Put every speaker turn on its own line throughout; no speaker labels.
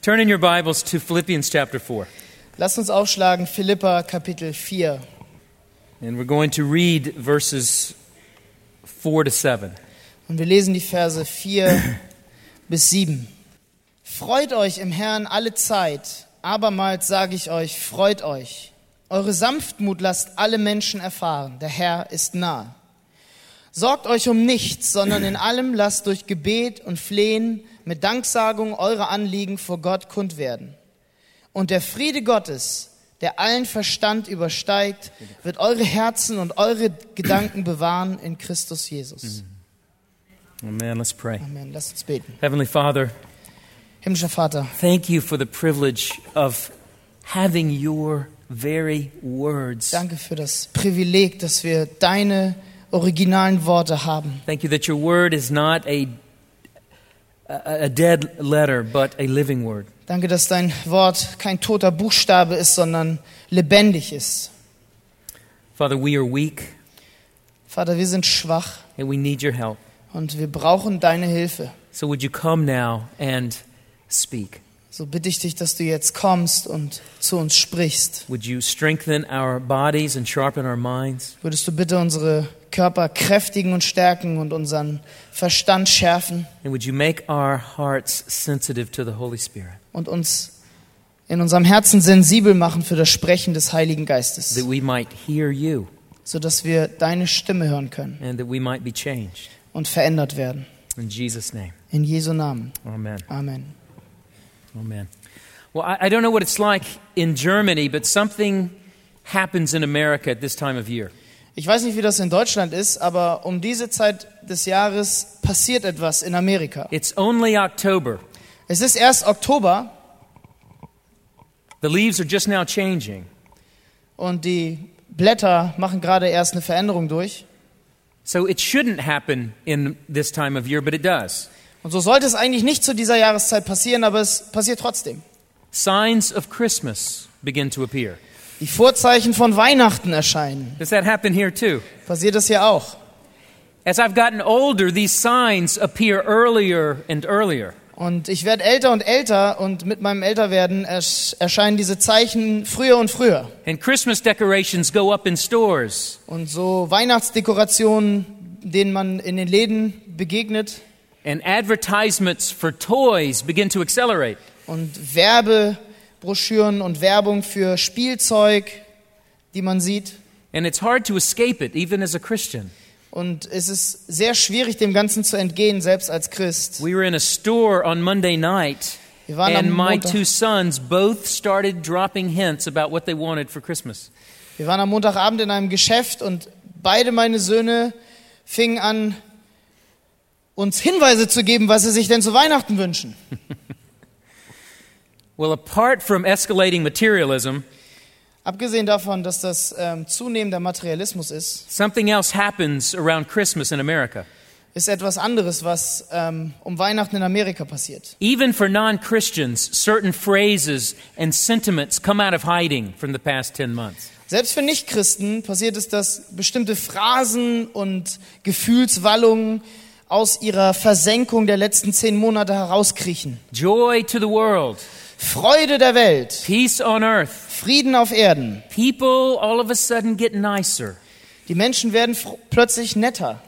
Turn in your Bibles to Philippians chapter 4,
Lasst uns aufschlagen Philippa Kapitel 4
and we're going to read verses 4 to 7.
und wir lesen die Verse 4 bis 7. Freut euch im Herrn alle Zeit, abermals sage ich euch, freut euch. Eure Sanftmut lasst alle Menschen erfahren, der Herr ist nahe. Sorgt euch um nichts, sondern in allem lasst durch Gebet und Flehen mit Danksagung eure Anliegen vor Gott kund werden. Und der Friede Gottes, der allen Verstand übersteigt, wird eure Herzen und eure Gedanken bewahren in Christus Jesus.
Amen. Let's pray.
Amen. Lasst uns beten.
Heavenly Father,
Himmlischer Vater,
thank you for the privilege of having your very words.
danke für das Privileg, dass wir deine originalen Worte haben.
Thank you that your word is not a, a, a dead letter, but a living word.
Danke, dass dein Wort kein toter Buchstabe ist, sondern lebendig ist.
Father, we are weak
Vater, wir sind schwach
and we need your help.
und wir brauchen deine Hilfe.
So would you come now and speak?
So bitte ich dich, dass du jetzt kommst und zu uns sprichst.
Would you strengthen our bodies and sharpen our minds?
Würdest du bitte unsere Körper kräftigen und stärken und unseren Verstand schärfen
And would you make our hearts sensitive to the Holy Spirit?
und uns in unserem Herzen sensibel machen für das Sprechen des Heiligen
That
Geistes,
we might hear you
sodass wir deine Stimme hören können
and that we might be changed.
und verändert werden.
In Jesus' name.
In Jesu Namen.
Amen.
Amen.
Amen. Well, I, I don't know what it's like in Germany, but something happens in America at this time of year.
Ich weiß nicht, wie das in Deutschland ist, aber um diese Zeit des Jahres passiert etwas in Amerika.
It's only October.
Es ist erst Oktober
The leaves are just now changing.
und die Blätter machen gerade erst eine Veränderung durch.
So it shouldn't happen in this time of year, but it does.
Und so sollte es eigentlich nicht zu dieser Jahreszeit passieren, aber es passiert trotzdem.
Signs of Christmas begin to appear.
Die Vorzeichen von Weihnachten erscheinen.
Does that happen here too?
Passiert das hier auch.
As I've gotten older, these signs appear earlier and earlier.
Und ich werde älter und älter und mit meinem Älterwerden ersch erscheinen diese Zeichen früher und früher.
And Christmas decorations go up in stores,
Und so Weihnachtsdekorationen, denen man in den Läden begegnet
and advertisements for toys begin to accelerate.
und Werbebroschüren und Werbung für Spielzeug, die man sieht.
And it's hard to escape it, even as a Christian.
Und es ist sehr schwierig, dem Ganzen zu entgehen, selbst als Christ.
We were in a store on Monday night,
Wir waren am
and my
Montag-
two sons both started dropping hints about what they wanted for Christmas.
Wir waren am Montagabend in einem Geschäft und beide meine Söhne fingen an, uns Hinweise zu geben, was sie sich denn zu Weihnachten wünschen.
Well, apart from escalating materialism,
Abgesehen davon, dass das ähm, zunehmender Materialismus ist,
something else happens around Christmas in America.
ist etwas anderes, was ähm, um Weihnachten in Amerika passiert.
Even for non Christians, certain phrases and sentiments come out of hiding from the past 10 months.
Selbst für Nichtchristen passiert es, dass bestimmte Phrasen und Gefühlswallungen aus ihrer Versenkung der letzten zehn Monate herauskriechen.
Joy to the world,
Freude der Welt,
peace on earth.
Frieden auf Erden.
People all of a sudden get nicer.
Die Menschen werden fr- plötzlich netter.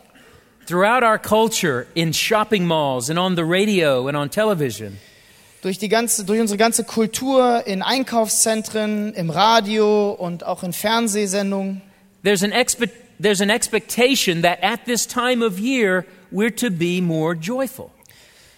Throughout our culture, in shopping malls and on the radio and on television,
Durch, die ganze, durch unsere ganze Kultur in Einkaufszentren, im Radio und auch in Fernsehsendungen
there's an, expe- there's an expectation that at this time of year, we're to be more joyful.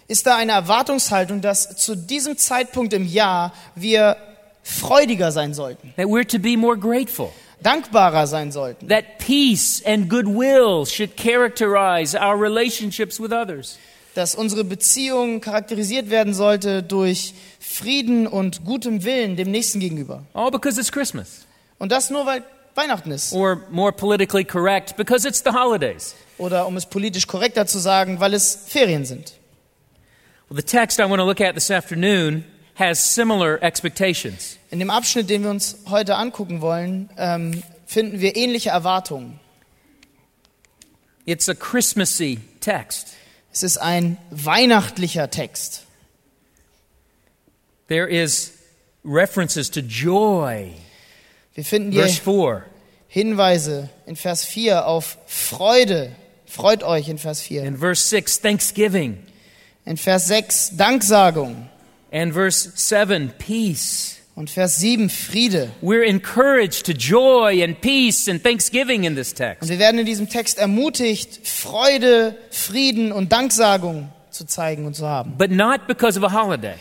ist da eine Erwartungshaltung, dass zu diesem Zeitpunkt im Jahr wir freudiger sein sollten,
That we're to be more grateful.
dankbarer sein sollten,
That peace and goodwill should characterize our relationships with others.
dass unsere Beziehung charakterisiert werden sollte durch Frieden und gutem Willen dem Nächsten gegenüber.
All because it's Christmas.
Und das nur, weil Weihnachten ist.
Or more politically correct, because it's the holidays.
Oder um es politisch korrekter zu sagen, weil es Ferien sind.
Well, the text I want to look at this afternoon has similar expectations.
In dem Abschnitt, den wir uns heute angucken wollen, ähm, finden wir ähnliche Erwartungen.
It's a Christmassy text.
Es ist ein weihnachtlicher Text.
There is references to joy.
Wir finden hier
Verse 4.
Hinweise in Vers 4 auf Freude. Freut euch in Vers 4.
And verse 6, thanksgiving.
In Vers 6 Danksagung.
And verse 7, peace.
Und Vers 7 Friede.
We're encouraged to joy and peace and thanksgiving in this
Und
text.
wir werden in diesem Text ermutigt, Freude, Frieden und Danksagung zu zeigen und zu haben.
But not because of a holiday,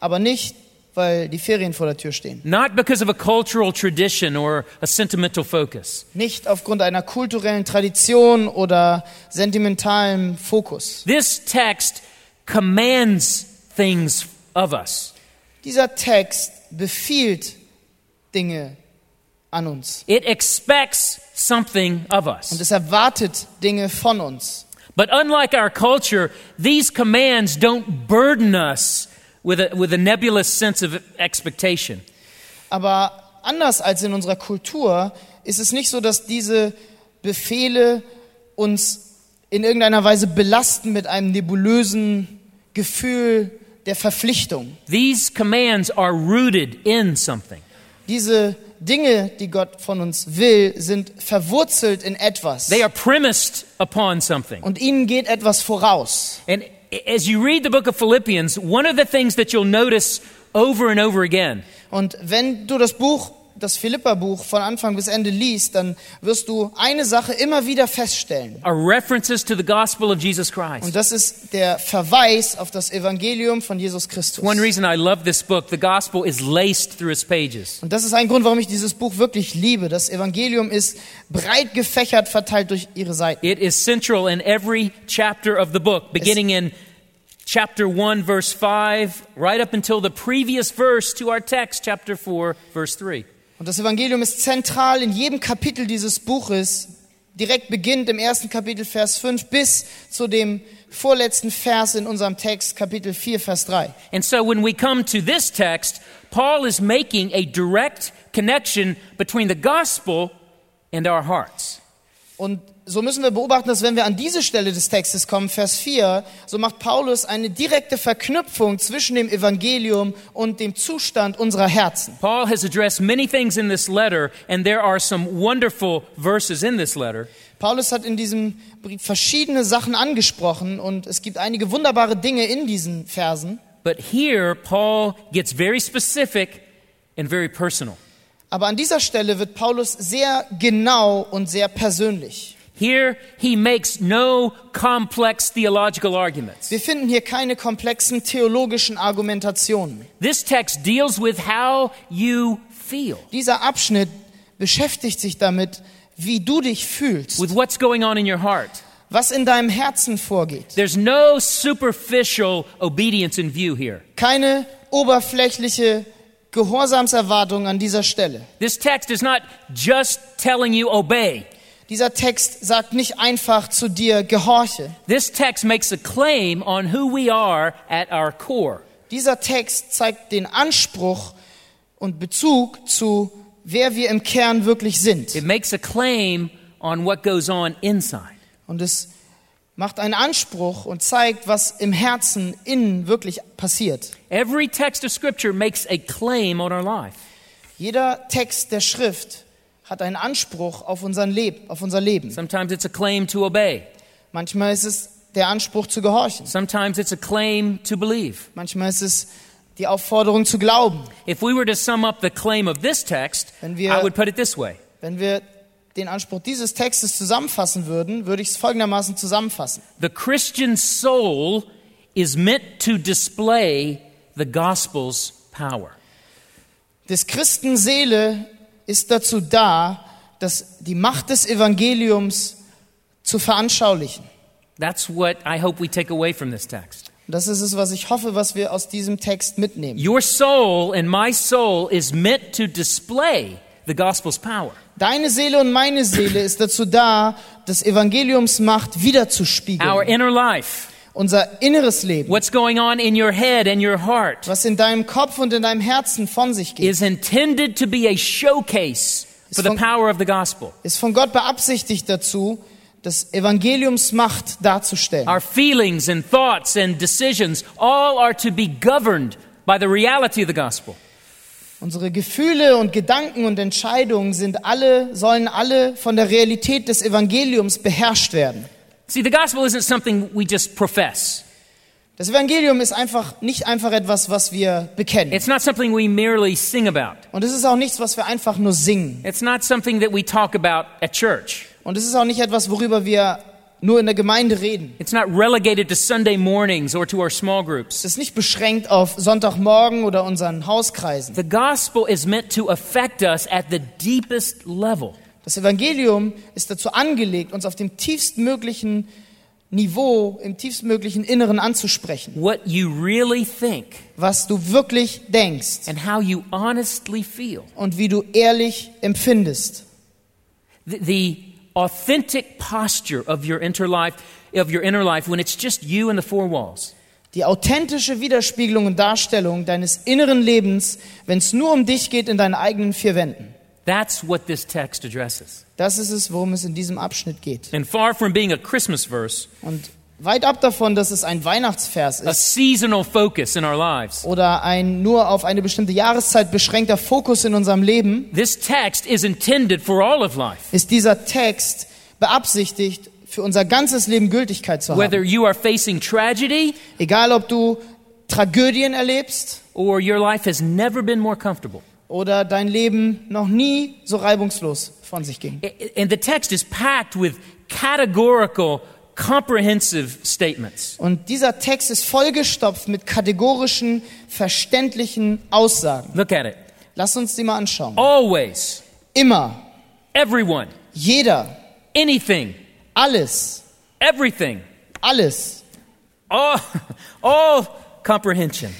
Aber nicht, weil die Ferien vor der Tür stehen.
not because of a cultural tradition or a sentimental focus.
Nicht aufgrund einer kulturellen Tradition oder sentimentalem Fokus.
This text commands things of us.
Dieser Text befiehlt Dinge an uns.
It expects something of
Und
us.
es erwartet Dinge von uns.
But unlike our culture, these commands don't burden us with a, with a nebulous sense of expectation.
Aber anders als in unserer Kultur ist es nicht so, dass diese Befehle uns in irgendeiner Weise belasten mit einem nebulösen Gefühl der Verpflichtung.
These commands are rooted in something.
Diese Dinge, die Gott von uns will, sind verwurzelt in etwas.
They are premised upon something.
Und ihnen geht etwas voraus.
And as you read the book of Philippians, one of the things that you'll notice over and over again
Und wenn du das Buch, das Philippa-Buch von Anfang bis Ende liest, dann wirst du eine Sache immer wieder feststellen.
are references to the gospel of Jesus
Und
Christ.
das ist der Verweis auf das Evangelium von Jesus Christus.
One reason I love this book, the gospel is laced through its pages.
Und das ist ein Grund, warum ich dieses Buch wirklich liebe. Das Evangelium ist breit gefächert verteilt durch ihre Seiten.
It is central in every chapter of the book, beginning in chapter 1, verse 5, right up until the previous verse to our text, chapter 4, verse 3.
Und das Evangelium ist zentral in jedem Kapitel dieses Buches, direkt beginnt im ersten Kapitel Vers 5 bis zu dem vorletzten Vers in unserem Text Kapitel 4 Vers 3.
And so when we come to this text, Paul is making a direct connection between the gospel and our hearts.
Und so müssen wir beobachten, dass wenn wir an diese Stelle des Textes kommen, Vers 4, so macht Paulus eine direkte Verknüpfung zwischen dem Evangelium und dem Zustand unserer Herzen.
Paul has addressed many things in this letter, and there are some wonderful verses in this letter.
Paulus hat in diesem Brief verschiedene Sachen angesprochen und es gibt einige wunderbare Dinge in diesen Versen.
But here, Paul gets very specific and very personal.
Aber an dieser Stelle wird Paulus sehr genau und sehr persönlich.
Here, he makes no complex theological arguments.
Wir finden hier keine komplexen theologischen Argumentationen.
This text deals with how you feel,
Dieser Abschnitt beschäftigt sich damit, wie du dich fühlst,
with what's going on in your heart.
was in deinem Herzen vorgeht.
There's no superficial obedience in view here.
Keine oberflächliche Gehorsamserwartung an dieser Stelle.
This text is not just telling you obey.
Dieser Text sagt nicht einfach zu dir, gehorche.
This text makes a claim on who we are at our core.
Dieser Text zeigt den Anspruch und Bezug zu, wer wir im Kern wirklich sind.
It makes a claim on what goes on inside.
Und es macht einen Anspruch und zeigt, was im Herzen innen wirklich passiert.
Every text of Scripture makes a claim on our life.
Jeder Text der Schrift hat einen Anspruch auf, unseren Leb auf unser Leben.
Sometimes it's a claim to obey,
Manchmal ist es der Anspruch zu gehorchen.
sometimes it's a claim to believe.
Manchmal ist es die Aufforderung zu glauben.
If we were to sum up the claim of this text,
Wenn wir-
I would put it this way
Wenn wir den Anspruch dieses Textes zusammenfassen würden, würde ich es folgendermaßen zusammenfassen.
The Christian soul is meant to display the gospel's power.
des Christen Seele ist dazu da, dass die Macht des Evangeliums zu veranschaulichen.
That's what I hope we take away from this text.
Und das ist es, was ich hoffe, was wir aus diesem Text mitnehmen.
Your soul and my soul is meant to display the gospel's power.
Deine Seele und meine Seele ist dazu da, das Evangeliums Macht
Our
wiederzuspiegeln.
inner life,
Unser inneres Leben,
what's going on in your head and your heart,
was in deinem Kopf und in deinem Herzen von sich geht,
is intended to be a showcase for the power of the gospel.
ist von Gott beabsichtigt dazu, das Evangeliums Macht darzustellen.
Our feelings and thoughts and decisions all are to be governed by the reality of the gospel.
Unsere Gefühle und Gedanken und Entscheidungen sind alle, sollen alle von der Realität des Evangeliums beherrscht werden.
See, the gospel isn't something we just profess.
Das Evangelium ist einfach nicht einfach etwas, was wir bekennen.
It's not something we merely sing about.
Und es ist auch nichts, was wir einfach nur singen.
It's not something that we talk about at church.
Und es ist auch nicht etwas, worüber wir nur in der Gemeinde reden.
It's not relegated to Sunday mornings or to our small
Es
groups.
ist nicht beschränkt auf Sonntagmorgen oder unseren Hauskreisen.
The gospel is meant to affect us at the deepest level.
Das Evangelium ist dazu angelegt, uns auf dem tiefstmöglichen Niveau, im tiefstmöglichen Inneren anzusprechen,
What you really think
was du wirklich denkst
and how you honestly feel.
und wie du ehrlich empfindest.
The, the authentic posture of your inner life, of your inner life when it's just you and the four walls.
Die authentische Widerspiegelung und Darstellung deines inneren Lebens, wenn es nur um dich geht in deinen eigenen vier Wänden.
That's what this text addresses.
Das ist es, worum es in diesem Abschnitt geht.
And far from being a Christmas verse,
Und weit ab davon, dass es ein Weihnachtsvers
a
ist
seasonal focus in our lives,
oder ein nur auf eine bestimmte Jahreszeit beschränkter Fokus in unserem Leben,
this text is intended for all of life.
ist dieser Text beabsichtigt, für unser ganzes Leben Gültigkeit zu haben.
Whether you are facing tragedy
Egal, ob du Tragödien erlebst
or your life has never been more comfortable.
oder dein Leben noch nie so reibungslos von sich ging.
I- I- And the text is packed with categorical, comprehensive statements.
Und dieser Text ist vollgestopft mit kategorischen, verständlichen Aussagen.
Look at it.
Lass uns die mal anschauen.
Always,
Immer,
everyone,
jeder,
anything,
alles,
everything,
alles,
all, all comprehension.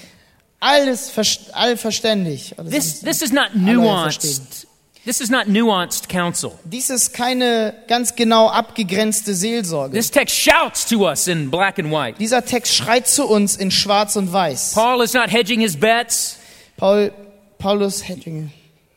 alles verst- allverständlich. Alles
This,
am-
this is not nuanced. This is not nuanced counsel.
Dies ist keine ganz genau abgegrenzte Seelsorge.
This text shouts to us in black and white.
Dieser Text schreit zu uns in Schwarz und Weiß.
Paul is not hedging his bets.
Paul, Paulus Hedringe.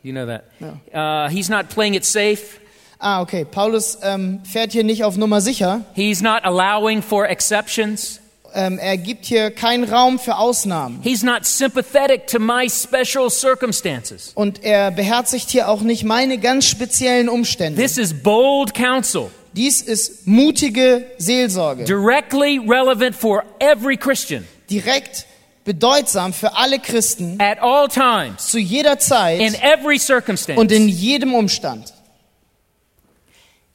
You know that.
No.
Uh, he's not playing it safe.
Ah, okay. Paulus ähm, fährt hier nicht auf Nummer sicher.
He's not allowing for exceptions.
Ähm, er gibt hier keinen Raum für Ausnahmen.
He's not sympathetic to my special circumstances.
Und er beherzigt hier auch nicht meine ganz speziellen Umstände.
This is bold counsel,
Dies ist mutige Seelsorge.
directly relevant for every Christian
Direkt bedeutsam für alle Christen
at all times,
zu jeder
in
Zeit
every circumstance.
und in jedem Umstand.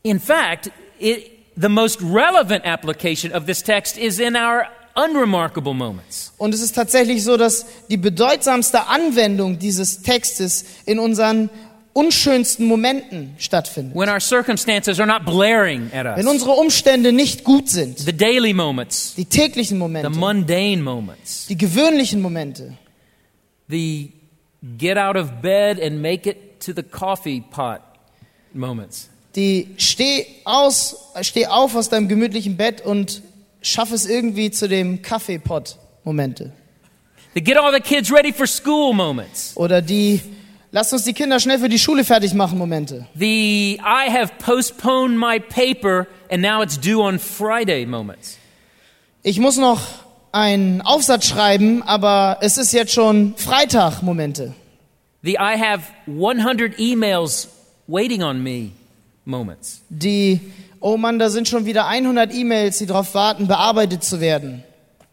In fact, it, the most relevant application of this text is in our unremarkable moments.
Und es ist tatsächlich so, dass die bedeutsamste Anwendung dieses Textes in unseren unschönsten Momenten stattfindet.
When our circumstances are not blaring at
Wenn
us,
unsere Umstände nicht gut sind,
the daily moments,
die täglichen
the
Momente,
mundane moments,
die gewöhnlichen Momente,
the get out of bed and make it to the coffee pot moments.
die steh aus, äh, steh auf aus deinem gemütlichen Bett und schaff es irgendwie zu dem Kaffeepott Momente
The get all the kids ready for school moments.
oder die lass uns die Kinder schnell für die Schule fertig machen Momente
The I have postponed my paper and now it's due on Friday moments.
Ich muss noch einen Aufsatz schreiben, aber es ist jetzt schon Freitag Momente.
The I have 100 emails waiting on me moments.
die, oh Mann, da sind schon wieder 100 E-Mails, die darauf warten, bearbeitet zu werden.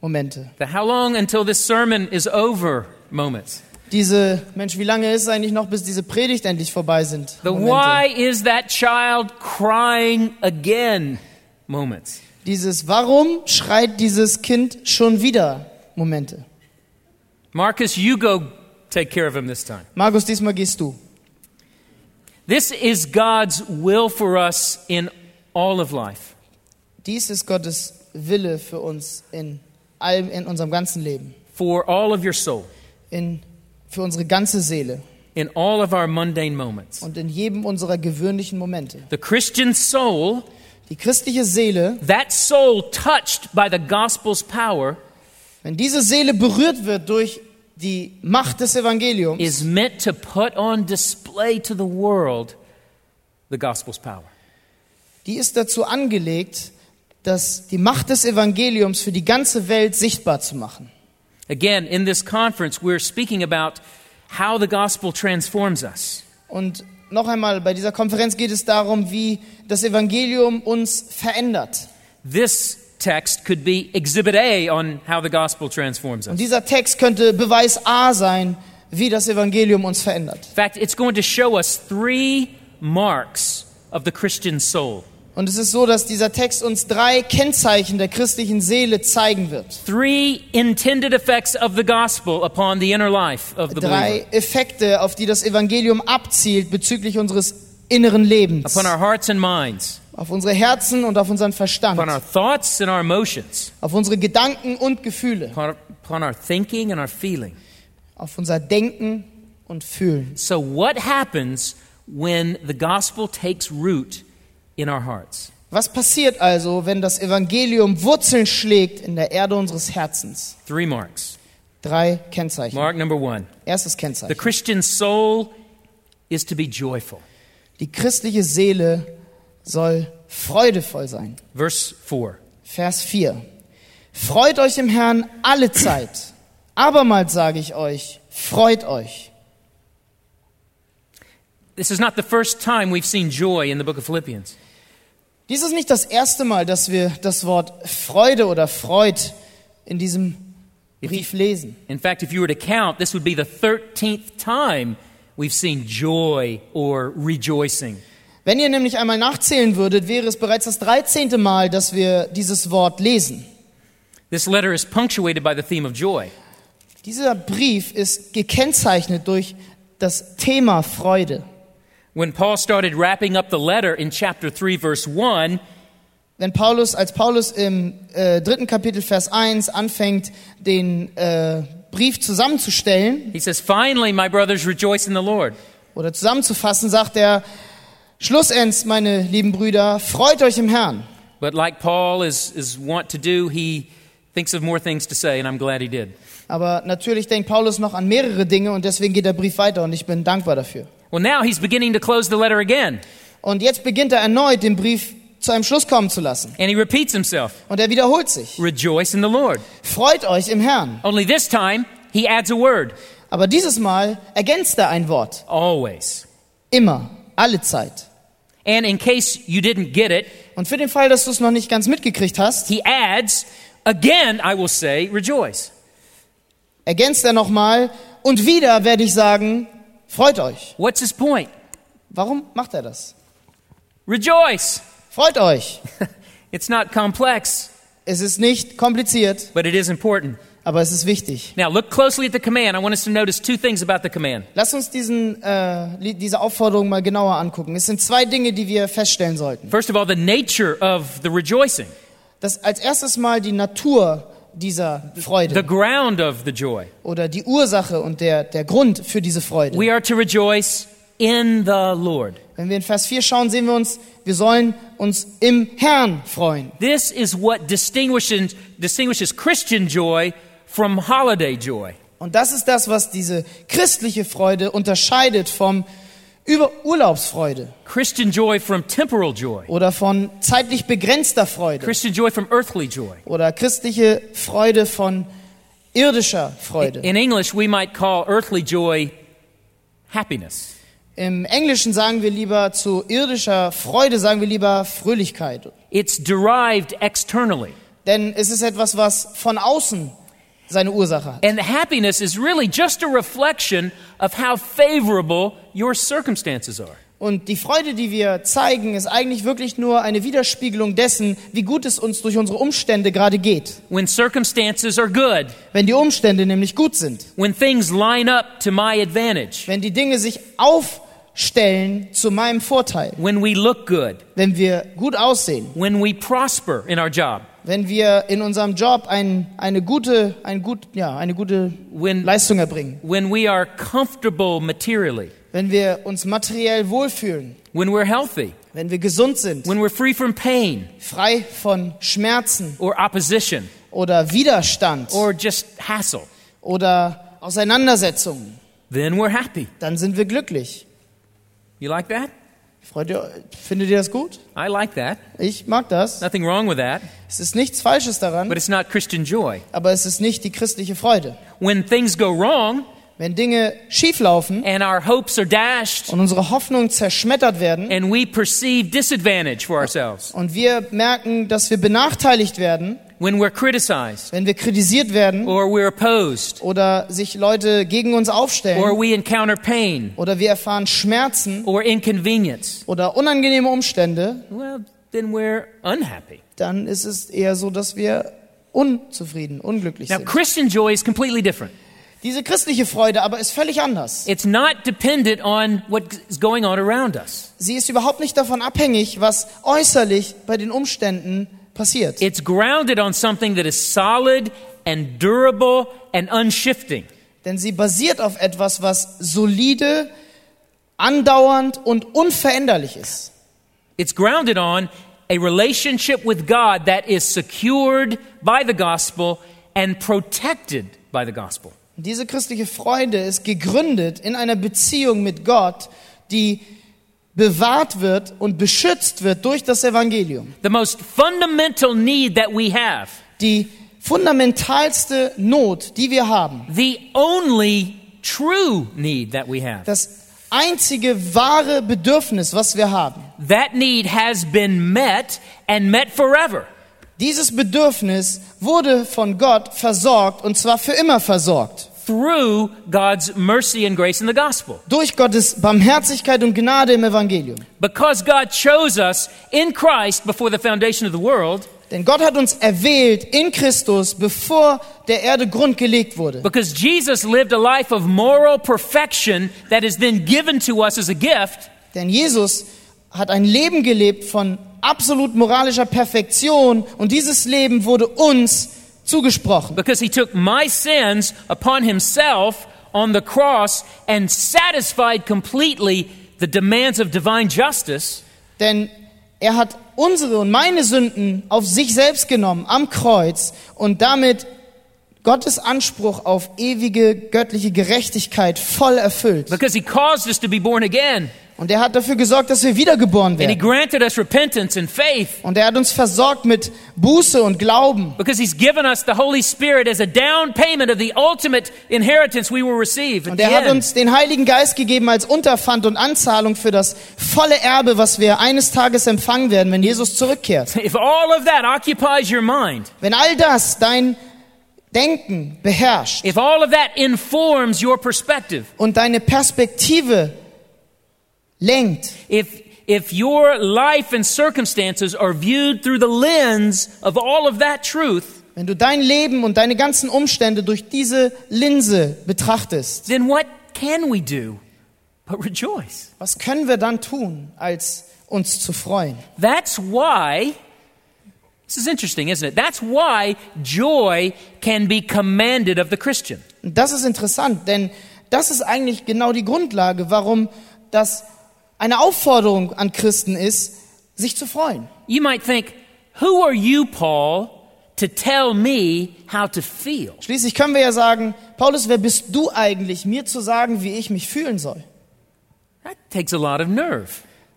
Momente.
The how long until this sermon is over moments.
Diese, Mensch, wie lange ist es eigentlich noch, bis diese Predigt endlich vorbei sind?
The why is that child crying again moments.
Dieses, warum schreit dieses Kind schon wieder? Momente.
Marcus, you go take care of him this time.
Markus, diesmal gehst du.
This is God's will for us in all of life.
Dies ist Gottes Wille für uns in allem, in unserem ganzen Leben.
For all of your soul.
In, für unsere ganze Seele
in all of our mundane moments.
und in jedem unserer gewöhnlichen Momente.
The Christian soul,
Die christliche Seele,
that soul touched by the gospel's power,
wenn diese Seele berührt wird durch die Macht des Evangeliums,
is meant to put on display to the world the gospel's power.
die ist dazu angelegt, dass die Macht des Evangeliums für die ganze Welt sichtbar zu machen.
Again, in this conference, we're speaking about how the gospel transforms us.
Und noch einmal, bei dieser Konferenz geht es darum, wie das Evangelium uns verändert.
This text could be Exhibit A on how the gospel transforms us.
Und dieser Text könnte Beweis A sein, wie das Evangelium uns verändert.
In fact, it's going to show us three marks of the Christian soul.
Und es ist so, dass dieser Text uns drei Kennzeichen der christlichen Seele zeigen wird.
Three intended effects of the gospel upon the inner life of the believer.
Drei Effekte, auf die das Evangelium abzielt bezüglich unseres inneren Lebens.
Upon our hearts and minds,
Auf unsere Herzen und auf unseren Verstand.
upon our thoughts and our emotions,
Auf unsere Gedanken und Gefühle.
upon, upon our thinking and our feeling.
Auf unser Denken und Fühlen.
So, what happens when the gospel takes root in our hearts?
Was passiert also, wenn das Evangelium Wurzeln schlägt in der Erde unseres Herzens?
Three marks.
Drei Kennzeichen.
Mark number one
Erstes
the
Kennzeichen.
Christian soul is to be joyful.
Die christliche Seele soll freudevoll sein.
Verse 4.
Vers 4. Freut euch im Herrn alle Zeit. Abermals sage ich euch, freut euch.
This is not the first time we've seen joy in the book of Philippians.
Dies ist nicht das erste Mal, dass wir das Wort Freude oder Freud in diesem Brief lesen.
In fact, if you were to count, this would be the 13th time we've seen joy or rejoicing.
Wenn ihr nämlich einmal nachzählen würdet, wäre es bereits das 13. Mal, dass wir dieses Wort lesen.
This letter is punctuated by the theme of joy.
Dieser Brief ist gekennzeichnet durch das Thema Freude.
When Paul started wrapping up the letter in chapter 3, verse 1,
Wenn Paulus, als Paulus im äh, dritten Kapitel Vers 1 anfängt, den äh, Brief zusammenzustellen
he says, Finally, my brothers, rejoice in the Lord.
oder zusammenzufassen, sagt er, Schlussends, meine lieben Brüder, freut euch im Herrn.
But like Paul is, is wont to do, he thinks of more things to say, and I'm glad he did.
Aber natürlich denkt Paulus noch an mehrere Dinge und deswegen geht der Brief weiter und ich bin dankbar dafür.
Well, now he's beginning to close the letter again,
Und jetzt beginnt er erneut, den Brief zu einem Schluss kommen zu lassen.
and he repeats himself
Und er wiederholt sich.
Rejoice in the Lord.
Freut euch im Herrn.
Only this time, he adds a word
Aber dieses Mal ergänzt er ein Wort.
always.
Immer. Alle Zeit.
And in case you didn't get it,
Und für den Fall, dass du es noch nicht ganz mitgekriegt hast,
he adds, Again, I will say, rejoice.
ergänzt er nochmal, und wieder werde ich sagen, freut euch.
What's his point?
Warum macht er das?
Rejoice.
Freut euch.
It's not complex,
Es ist nicht kompliziert,
but it is important.
aber es ist wichtig.
Now, look closely at the command. I want us to notice two things about the command.
Lass uns diesen, äh, li- diese Aufforderung mal genauer angucken. Es sind zwei Dinge, die wir feststellen sollten.
First of all, the nature of the rejoicing,
Das als erstes mal die Natur dieser
the
Freude
ground of the joy.
oder die Ursache und der, der Grund für diese Freude.
We are to rejoice in the Lord.
Wenn wir in Vers 4 schauen, sehen wir uns, wir sollen uns im Herrn freuen.
This is what distinguishes, distinguishes Christian joy from holiday joy.
Und das ist das, was diese christliche Freude unterscheidet vom Über Urlaubsfreude
Christian joy from temporal joy.
oder von zeitlich begrenzter Freude
Christian joy from earthly joy.
oder christliche Freude von irdischer Freude.
In English, we might call earthly joy happiness.
Im Englischen sagen wir lieber zu irdischer Freude, sagen wir lieber Fröhlichkeit.
It's derived externally.
Denn es ist etwas, was von außen seine Ursache hat.
And the happiness is really just a reflection of how favorable your circumstances are.
Und die Freude, die wir zeigen, ist eigentlich wirklich nur eine Widerspiegelung dessen, wie gut es uns durch unsere Umstände gerade geht.
When circumstances are good,
Wenn die Umstände nämlich gut sind,
when things line up to my advantage,
wenn die Dinge sich aufstellen zu meinem Vorteil,
when we look good,
wenn wir gut aussehen,
when we prosper in our job,
wenn wir in unserem Job ein, eine gute, ein gut, ja, eine gute
when,
Leistung erbringen,
when we are comfortable materially,
wenn wir uns materiell wohlfühlen,
when we're healthy,
wenn wir gesund sind,
when we're free from pain
frei von Schmerzen
or opposition
oder Widerstand
or just hassle,
oder Auseinandersetzungen,
then we're happy.
dann sind wir glücklich.
You like that?
Freut ihr, findet ihr das gut?
I like that.
Ich mag das.
Nothing wrong with that,
Es ist nichts Falsches daran,
but it's not Christian joy.
aber es ist nicht die christliche Freude.
When things go wrong
Wenn Dinge schieflaufen
and our hopes are dashed
und unsere Hoffnungen zerschmettert werden
and we perceive disadvantage for ourselves,
und wir merken, dass wir benachteiligt werden,
when we're criticized
wenn wir kritisiert werden
or we're opposed
oder sich Leute gegen uns
or
aufstellen
we encounter pain
oder wir erfahren Schmerzen
or inconvenience,
oder unangenehme Umstände,
well, then we're unhappy.
dann ist es eher so, dass wir unzufrieden, unglücklich
Now,
sind.
Christian joy is completely different.
Diese christliche Freude aber ist völlig anders.
It's not dependent on what is going on around us.
Sie ist überhaupt nicht davon abhängig, was äußerlich bei den Umständen passiert.
It's grounded on something that is solid and durable and unshifting.
Denn sie basiert auf etwas, was solide, andauernd und unveränderlich ist.
It's grounded on a relationship with God that is secured by the gospel and protected by the gospel.
Und diese christliche Freude ist gegründet in einer Beziehung mit Gott, die bewahrt wird und beschützt wird durch das Evangelium.
The most fundamental need that we have,
Die fundamentalste Not, die wir haben,
the only true need that we have,
das einzige wahre Bedürfnis, was wir haben,
that need has been met and met forever.
Dieses Bedürfnis wurde von Gott versorgt und zwar für immer versorgt.
Through God's mercy and grace in the gospel.
Durch Gottes Barmherzigkeit und Gnade im Evangelium.
Because God chose us in Christ before the foundation of the world,
Denn Gott hat uns erwählt in Christus, bevor der Erde Grund gelegt wurde.
because Jesus lived a life of moral perfection that is then given to us as a gift,
Denn Jesus hat ein Leben gelebt von absolut moralischer Perfektion und dieses Leben wurde uns zugesprochen.
because he took my sins upon himself on the cross and satisfied completely the demands of divine justice,
Denn er hat unsere und meine Sünden auf sich selbst genommen am Kreuz und damit Gottes Anspruch auf ewige göttliche Gerechtigkeit voll erfüllt.
because he caused us to be born again,
Und er hat dafür gesorgt, dass wir wiedergeboren
and he
werden.
granted us repentance and faith.
Und er hat uns versorgt mit Buße und Glauben.
Because he's given us the Holy Spirit as a down payment of the ultimate inheritance we will receive. at
Und
the
er hat
end.
uns den Heiligen Geist gegeben als Unterpfand und Anzahlung für das volle Erbe, was wir eines Tages empfangen werden, wenn Jesus zurückkehrt.
If all of that occupies your mind,
Wenn all das dein Denken beherrscht,
if all of that informs your perspective,
und deine Perspektive lenkt,
if if your life and circumstances are viewed through the lens of all of that truth,
wenn du dein Leben und deine ganzen Umstände durch diese Linse betrachtest,
then what can we do but rejoice?
was können wir dann tun, als uns zu freuen?
That's why this is interesting, isn't it? That's why joy can be commanded of the Christian.
Und das ist interessant, denn das ist eigentlich genau die Grundlage, warum das eine Aufforderung an Christen ist, sich zu freuen.
You might think, who are you, Paul, to tell me how to feel?
Schließlich können wir ja sagen, Paulus, wer bist du eigentlich, mir zu sagen, wie ich mich fühlen soll?
That takes a lot of nerve.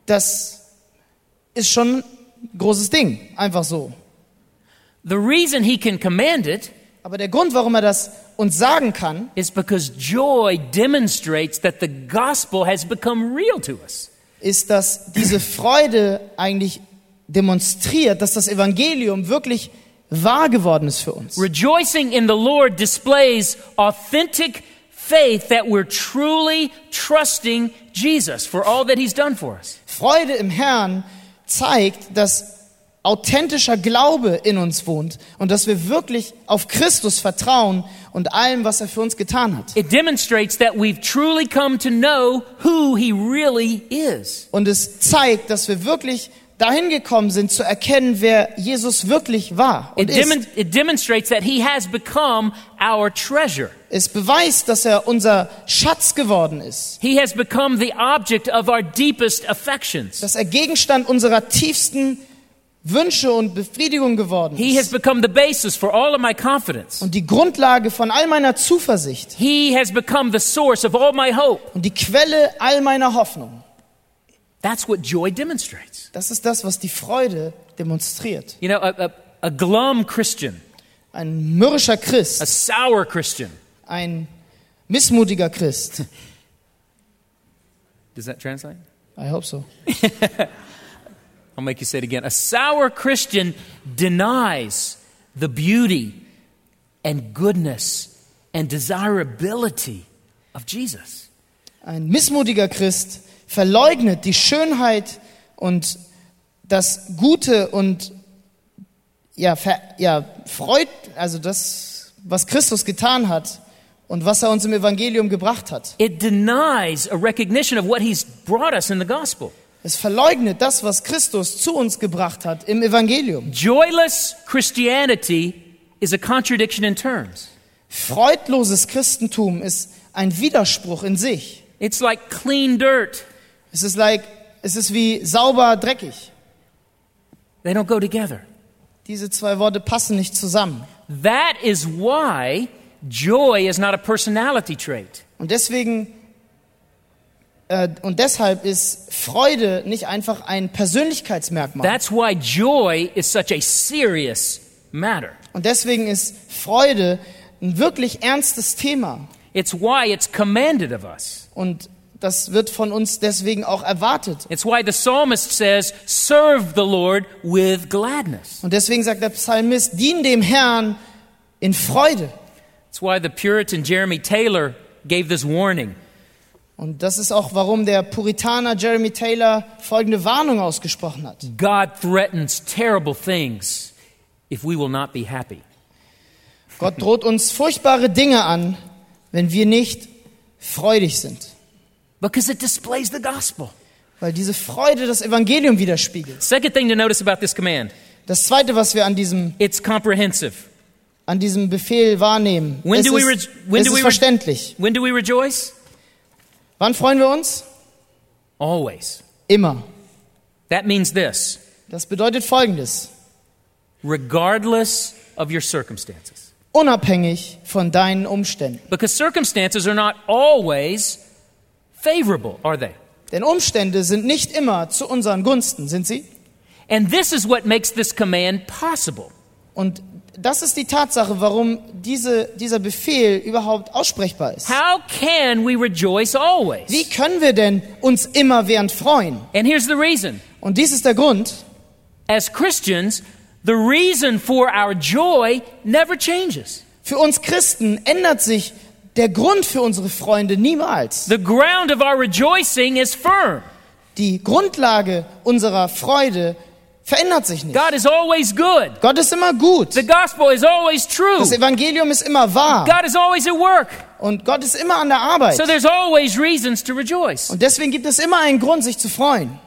Das ist schon ein großes Ding, einfach so.
The reason he can command it
Aber der Grund, warum er das uns sagen kann,
is because joy demonstrates that the gospel has become real to us.
ist, dass diese Freude eigentlich demonstriert, dass das Evangelium wirklich wahr geworden ist für uns.
Rejoicing in the Lord displays authentic faith that we're truly trusting Jesus for all that he's done for us.
Freude im Herrn zeigt, dass authentischer Glaube in uns wohnt und dass wir wirklich auf Christus vertrauen und allem, was er für uns getan hat.
It demonstrates that we've truly come to know who he really is.
Und es zeigt, dass wir wirklich dahin gekommen sind, zu erkennen, wer Jesus wirklich war
It,
und ist.
demon- it demonstrates that he has become our treasure.
Es beweist, dass er unser Schatz geworden ist.
He has become the object of our deepest affections.
dass er Gegenstand unserer tiefsten Wünsche und Befriedigung geworden
He has
ist
become the basis for all of my confidence.
und die Grundlage von all meiner Zuversicht
He has become the source of all my hope.
und die Quelle all meiner Hoffnung.
That's what joy demonstrates.
Das ist das, was die Freude demonstriert.
You know, a, a, a glum Christian,
Ein mürrischer
a
Christ,
sour Christian.
ein missmutiger Christ.
Does that translate?
I hope so.
I'll make you say it again. A sour Christian denies the beauty and goodness and desirability of Jesus.
Ein missmutiger Christ verleugnet die Schönheit und das Gute und ja, ver, ja, freut, also das, was Christus getan hat und was er uns im Evangelium gebracht hat.
It denies a recognition of what he's brought us in the gospel.
Es verleugnet das, was Christus zu uns gebracht hat im Evangelium.
Joyless Christianity is a contradiction in terms.
Freudloses Christentum ist ein Widerspruch in sich.
It's like clean dirt.
Es ist, like, es ist wie sauber, dreckig.
They don't go together.
Diese zwei Worte passen nicht zusammen.
That is why joy is not a personality trait.
Und deswegen äh, und deshalb ist Freude nicht einfach ein Persönlichkeitsmerkmal.
That's why joy is such a serious matter.
Und deswegen ist Freude ein wirklich ernstes Thema.
It's why it's commanded of us.
Und das wird von uns deswegen auch erwartet.
It's why the psalmist says, Serve the Lord with gladness.
Und deswegen sagt der Psalmist, dien dem Herrn in Freude.
It's why the Puritan Jeremy Taylor gave this warning
Und das ist auch, warum der Puritaner Jeremy Taylor folgende Warnung ausgesprochen hat.
God threatens terrible things if we will not be happy.
Gott droht uns furchtbare Dinge an, wenn wir nicht freudig sind.
Because it displays the gospel.
Weil diese Freude das Evangelium widerspiegelt.
Second thing to notice about this command
Das zweite, was wir an diesem,
it's comprehensive.
an diesem Befehl wahrnehmen,
When
es
do we re-
ist,
when
es
do we
ist
re-
verständlich.
When do we rejoice?
Wann freuen wir uns?
Always.
Immer.
That means this
Das bedeutet Folgendes.
regardless of your circumstances.
Unabhängig von deinen Umständen.
Because circumstances are not always favorable, are they?
Denn Umstände sind nicht immer zu unseren Gunsten, sind sie?
And this is what makes this command possible.
Und das ist die Tatsache, warum diese, dieser Befehl überhaupt aussprechbar ist.
How can we rejoice always?
Wie können wir denn uns immerwährend freuen?
And here's the reason.
Und dies ist der Grund.
As Christians, the reason for our joy never changes.
Für uns Christen ändert sich der Grund für unsere Freunde niemals.
The ground of our rejoicing is firm.
Die Grundlage unserer Freude verändert sich nicht.
God is always good.
Gott ist immer gut.
The gospel is always true.
Das Evangelium ist immer wahr.
God is always at work.
Und Gott ist immer an der Arbeit.
So there's always reasons to rejoice.
Und deswegen gibt es immer einen Grund, sich zu freuen.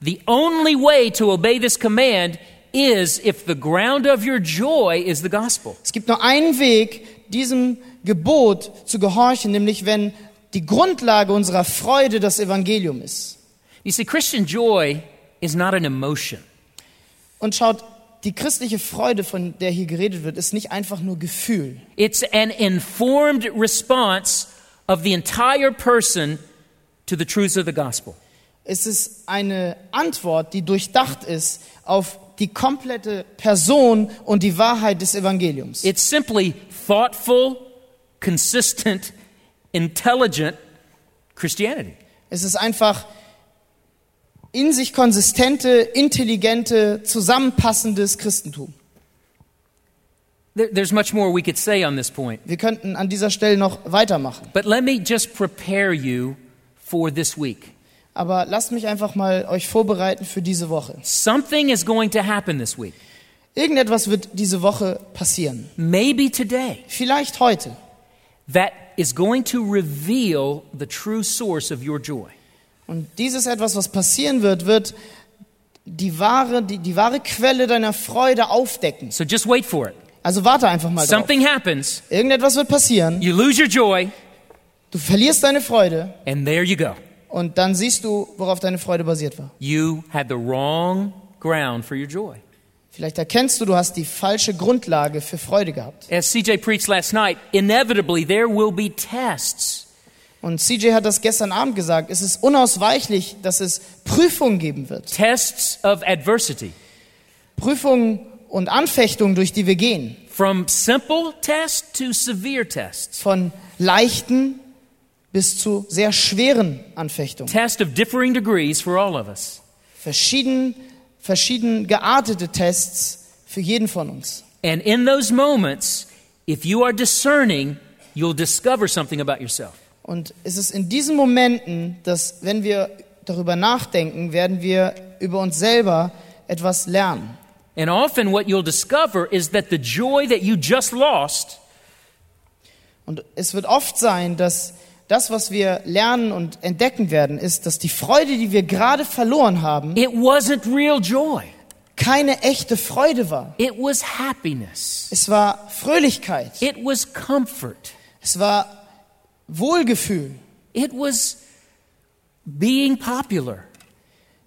The only way to obey this command is if the ground of your joy is the gospel.
Es gibt nur einen Weg, diesem Gebot zu gehorchen, nämlich wenn die Grundlage unserer Freude das Evangelium ist.
You see, Christian joy is not an emotion.
Und schaut, die christliche Freude, von der hier geredet wird, ist nicht einfach nur Gefühl.
It's an informed response of the entire person to the truths of the gospel.
Es ist eine Antwort, die durchdacht ist auf die komplette Person und die Wahrheit des Evangeliums.
It's simply thoughtful, consistent, intelligent Christianity.
Es ist einfach in sich konsistente, intelligente, zusammenpassendes Christentum.
There- There's much more we could say on this point,
Wir könnten an dieser Stelle noch weitermachen.
but let me just prepare you for this week.
Aber lasst mich einfach mal euch vorbereiten für diese Woche.
Something is going to happen this week.
Irgendetwas wird diese Woche passieren.
maybe today,
Vielleicht heute.
that is going to reveal the true source of your joy.
Und dieses etwas, was passieren wird, wird die wahre, die, die wahre Quelle deiner Freude aufdecken.
So just wait for it.
Also warte einfach mal drauf.
Something happens,
Irgendetwas wird passieren.
you lose your joy,
Du verlierst deine Freude
and there you go.
und dann siehst du, worauf deine Freude basiert war.
You had the wrong ground for your joy.
Vielleicht erkennst du, du hast die falsche Grundlage für Freude gehabt.
As CJ preached last night, inevitably there will be tests.
Und CJ hat das gestern Abend gesagt. Es ist unausweichlich, dass es Prüfung geben wird.
tests of adversity.
Prüfungen und Anfechtungen, durch die wir gehen.
From simple tests to severe tests.
Von leichten bis zu sehr schweren Anfechtungen.
Tests of differing degrees for all of us.
Verschieden, verschieden geartete Tests für jeden von uns.
And in those moments, if you are discerning, you'll discover something about yourself.
Und es ist in diesen Momenten, dass wenn wir darüber nachdenken, werden wir über uns selber etwas lernen.
And often, what you'll discover is that the joy that you just lost
Und es wird oft sein, dass das, was wir lernen und entdecken werden, ist, dass die Freude, die wir gerade verloren haben,
It wasn't real joy.
keine echte Freude war.
It was happiness.
Es war Fröhlichkeit.
It was comfort.
Es war Wohlgefühl.
It was being popular.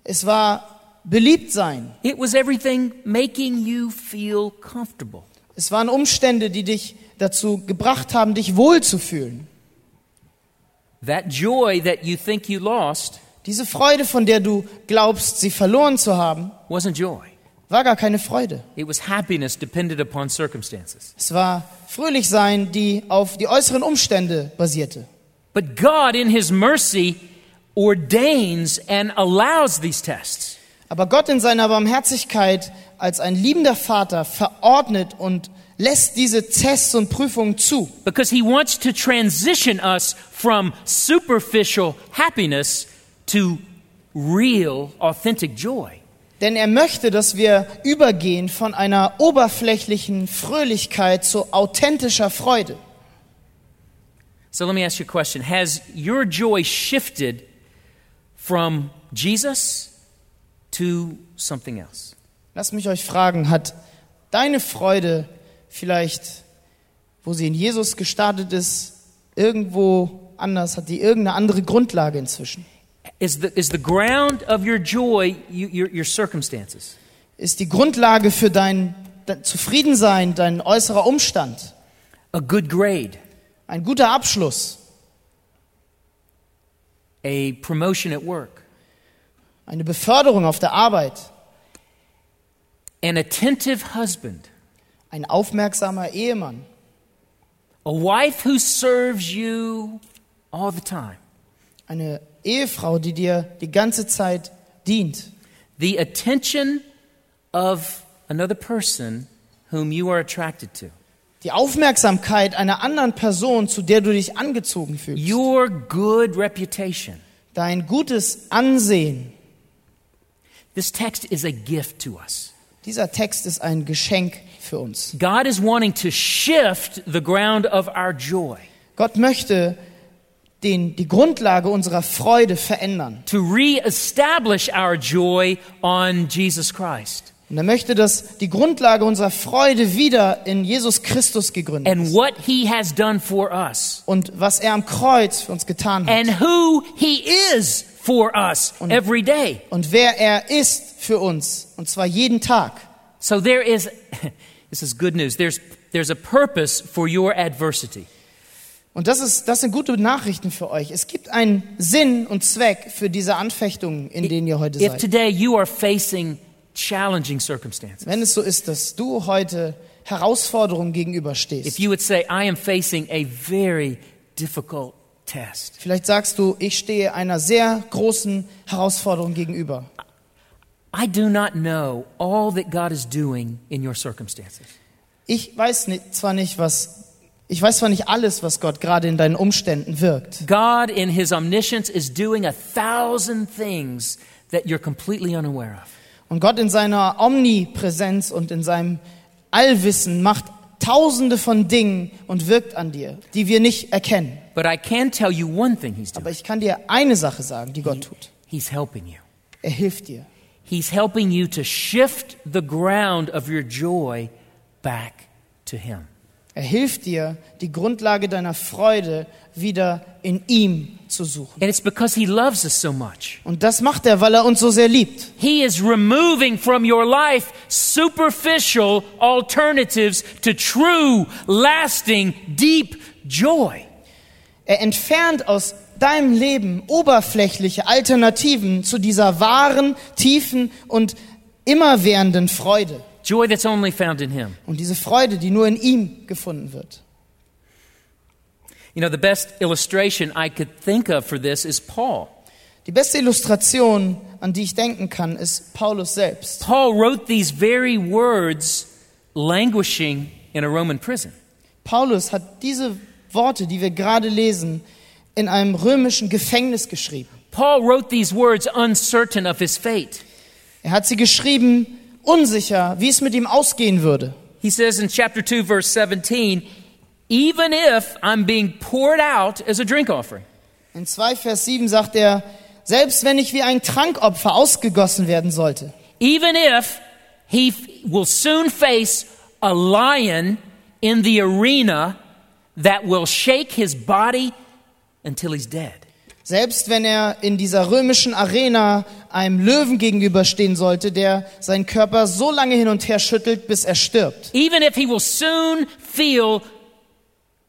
Es war beliebt sein.
It was everything making you feel comfortable.
Es waren Umstände, die dich dazu gebracht haben, dich wohlzufühlen.
That joy that you think you lost
Diese Freude, von der du glaubst, sie verloren zu haben,
wasn't joy.
war gar keine Freude.
It was happiness dependent upon circumstances.
Es war fröhlich sein, die auf die äußeren Umstände basierte.
But God, in His mercy, ordains and allows these tests.
Aber Gott in seiner Barmherzigkeit als ein liebender Vater verordnet und lässt diese Tests und Prüfungen zu,
Because he wants to transition us from superficial happiness to real, authentic joy.
denn er möchte, dass wir übergehen von einer oberflächlichen Fröhlichkeit zu authentischer Freude.
So let me ask you a question Has your joy shifted from Jesus to something else?
Lasst mich euch fragen, hat deine Freude vielleicht, wo sie in Jesus gestartet ist, irgendwo anders, hat die irgendeine andere Grundlage inzwischen?
Is the, is the ground of your joy you, your, your circumstances?
Ist die Grundlage für dein dein Zufriedensein dein äußerer Umstand?
A good grade,
Ein guter Abschluss?
a promotion at work,
eine Beförderung auf der Arbeit,
an attentive husband,
ein aufmerksamer Ehemann,
a wife who serves you all the time?
eine Ehefrau, die dir die ganze Zeit dient,
the attention of another person whom you are attracted to.
die Aufmerksamkeit einer anderen Person, zu der du dich angezogen fühlst,
Your good reputation.
dein gutes Ansehen.
This text is a gift to us.
Dieser Text ist ein Geschenk für uns.
God is wanting to shift the ground of our joy,
Gott möchte den, die Grundlage unserer Freude verändern.
to reestablish our joy on Jesus Christ.
Und er möchte, dass die Grundlage unserer Freude wieder in Jesus Christus gegründet
And
ist.
what he has done for us,
Und was er am Kreuz für uns getan hat.
and who he is for us every day.
und wer er ist für uns, und zwar jeden Tag.
So there is, this is good news, there's, there's a purpose for your adversity.
Und das, ist, das sind gute Nachrichten für euch. Es gibt einen Sinn und Zweck für diese Anfechtungen, in denen ihr heute
If
seid.
today you are facing challenging circumstances,
Wenn es so ist, dass du heute Herausforderungen
if
gegenüberstehst,
you would say, I am facing a very difficult test,
vielleicht sagst du, ich stehe einer sehr großen Herausforderung gegenüber.
I do not know all that God is doing in your circumstances,
Ich weiß nicht, zwar nicht, was ich weiß zwar nicht alles, was Gott gerade in deinen Umständen wirkt,
God, in His omniscience, is doing a thousand things that you're completely unaware of.
Und Gott in seiner Omnipräsenz und in seinem Allwissen macht tausende von Dingen und wirkt an dir, die wir nicht erkennen.
But I can tell you one thing He's
Aber
doing
ich kann dir eine Sache sagen, die Gott tut.
He's helping you.
Er hilft dir.
He's helping you to shift the ground of your joy back to Him.
Er hilft dir, die Grundlage deiner Freude wieder in ihm zu suchen.
And it's because He loves us so much.
Und das macht er, weil er uns so sehr liebt.
He is removing from your life superficial alternatives to true, lasting, deep joy.
Er entfernt aus deinem Leben oberflächliche Alternativen zu dieser wahren, tiefen und immerwährenden Freude.
Joy that's only found in Him.
Und diese Freude, die nur in ihm gefunden wird.
You know, the best illustration I could think of for this is Paul.
Die beste Illustration, an die ich denken kann, ist Paulus selbst.
Paul wrote these very words languishing in a Roman prison.
Paulus hat diese Worte, die wir gerade lesen, in einem römischen Gefängnis geschrieben.
Paul wrote these words uncertain of his fate.
Er hat sie geschrieben, unsicher, wie es mit ihm ausgehen würde.
He says in chapter 2, verse 17, even if I'm being poured out as a drink offering.
In 2 Vers 7 sagt er, selbst wenn ich wie ein Trankopfer ausgegossen werden sollte,
even if he f- will soon face a lion in the arena that will shake his body until he's dead.
selbst wenn er in dieser römischen Arena einem Löwen gegenüberstehen sollte, der seinen Körper so lange hin und her schüttelt, bis er stirbt,
Even if he will soon feel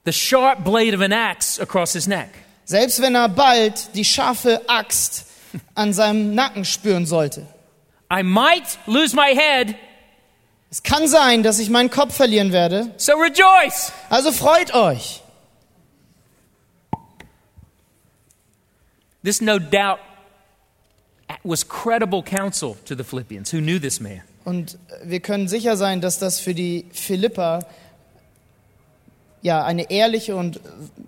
the sharp blade of an axe across his neck.
selbst wenn er bald die scharfe Axt an seinem Nacken spüren sollte.
I might lose my head,
Es kann sein, dass ich meinen Kopf verlieren werde,
so rejoice.
also freut euch.
This no doubt was credible counsel to the Philippians who knew this man.
Und wir können sicher sein, dass das für die Philippa ja eine ehrliche und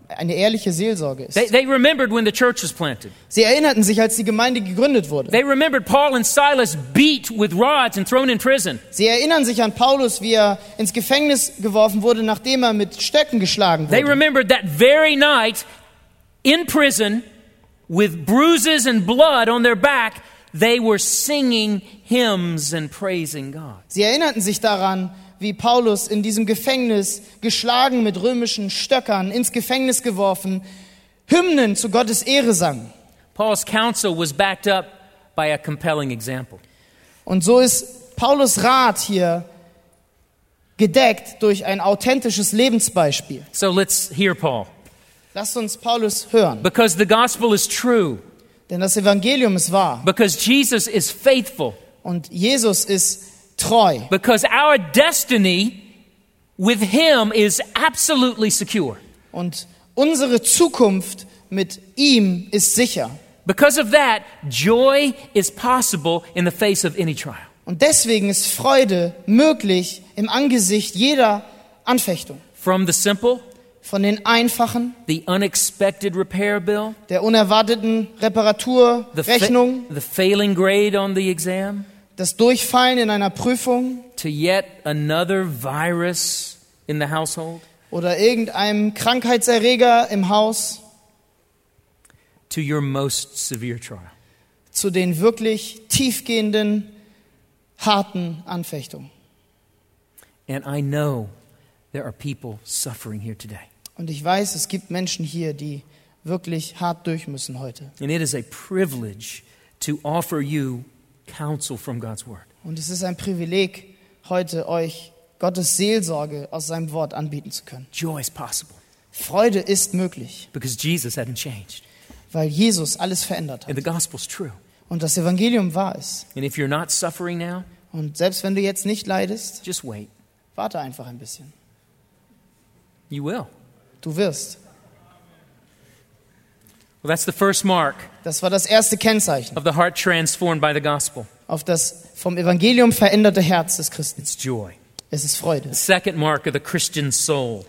eine ehrliche Seelsorge ist.
They, they remembered when the church was planted.
Sie erinnerten sich, als die Gemeinde gegründet wurde.
They remembered Paul and Silas beat with rods and thrown in prison.
Sie erinnern sich an Paulus, wie er ins Gefängnis geworfen wurde, nachdem er mit Stöcken geschlagen
They
wurde.
remembered that very night in prison with bruises and blood on their back, they were singing hymns and praising God.
Sie erinnerten sich daran, wie Paulus in diesem Gefängnis geschlagen mit römischen Stöckern ins Gefängnis geworfen, Hymnen zu Gottes Ehre sang.
Paul's counsel was backed up by a compelling example.
Und so ist Paulus Rat hier gedeckt durch ein authentisches Lebensbeispiel.
So let's hear Paul.
Lasst uns Paulus hören,
Because the gospel is true,
denn das Evangelium ist wahr
because Jesus is faithful,
und Jesus ist treu
because our destiny with Him is absolutely secure.
und unsere Zukunft mit ihm ist sicher.
Because of that, joy is possible in the face of any trial.
Und deswegen ist Freude möglich im Angesicht jeder Anfechtung.
From the simple,
Von den einfachen,
the unexpected repair bill,
der unerwarteten
the,
Reparaturrechnung,
the failing grade on the exam,
das Durchfallen in einer Prüfung,
to yet another virus in the household,
oder irgendeinem Krankheitserreger im Haus
to your most severe trial.
zu den wirklich tiefgehenden, harten Anfechtungen.
And I know there are people suffering here today.
Und ich weiß, es gibt Menschen hier, die wirklich hart durch müssen heute.
And it is a privilege to offer you counsel from God's Word.
Und es ist ein Privileg, heute euch Gottes Seelsorge aus seinem Wort anbieten zu können.
Joy is possible
Freude ist möglich,
because Jesus hadn't changed.
weil Jesus alles verändert hat
And the gospel's true.
und das Evangelium wahr ist.
And if you're not suffering now,
Und selbst wenn du jetzt nicht leidest,
just wait.
warte einfach ein bisschen.
You will.
Du wirst.
Well, that's the first mark
Das war das erste Kennzeichen
of the heart transformed by the gospel.
auf das vom Evangelium veränderte Herz des Christen.
It's joy.
Es ist Freude.
The second mark of the Christian soul.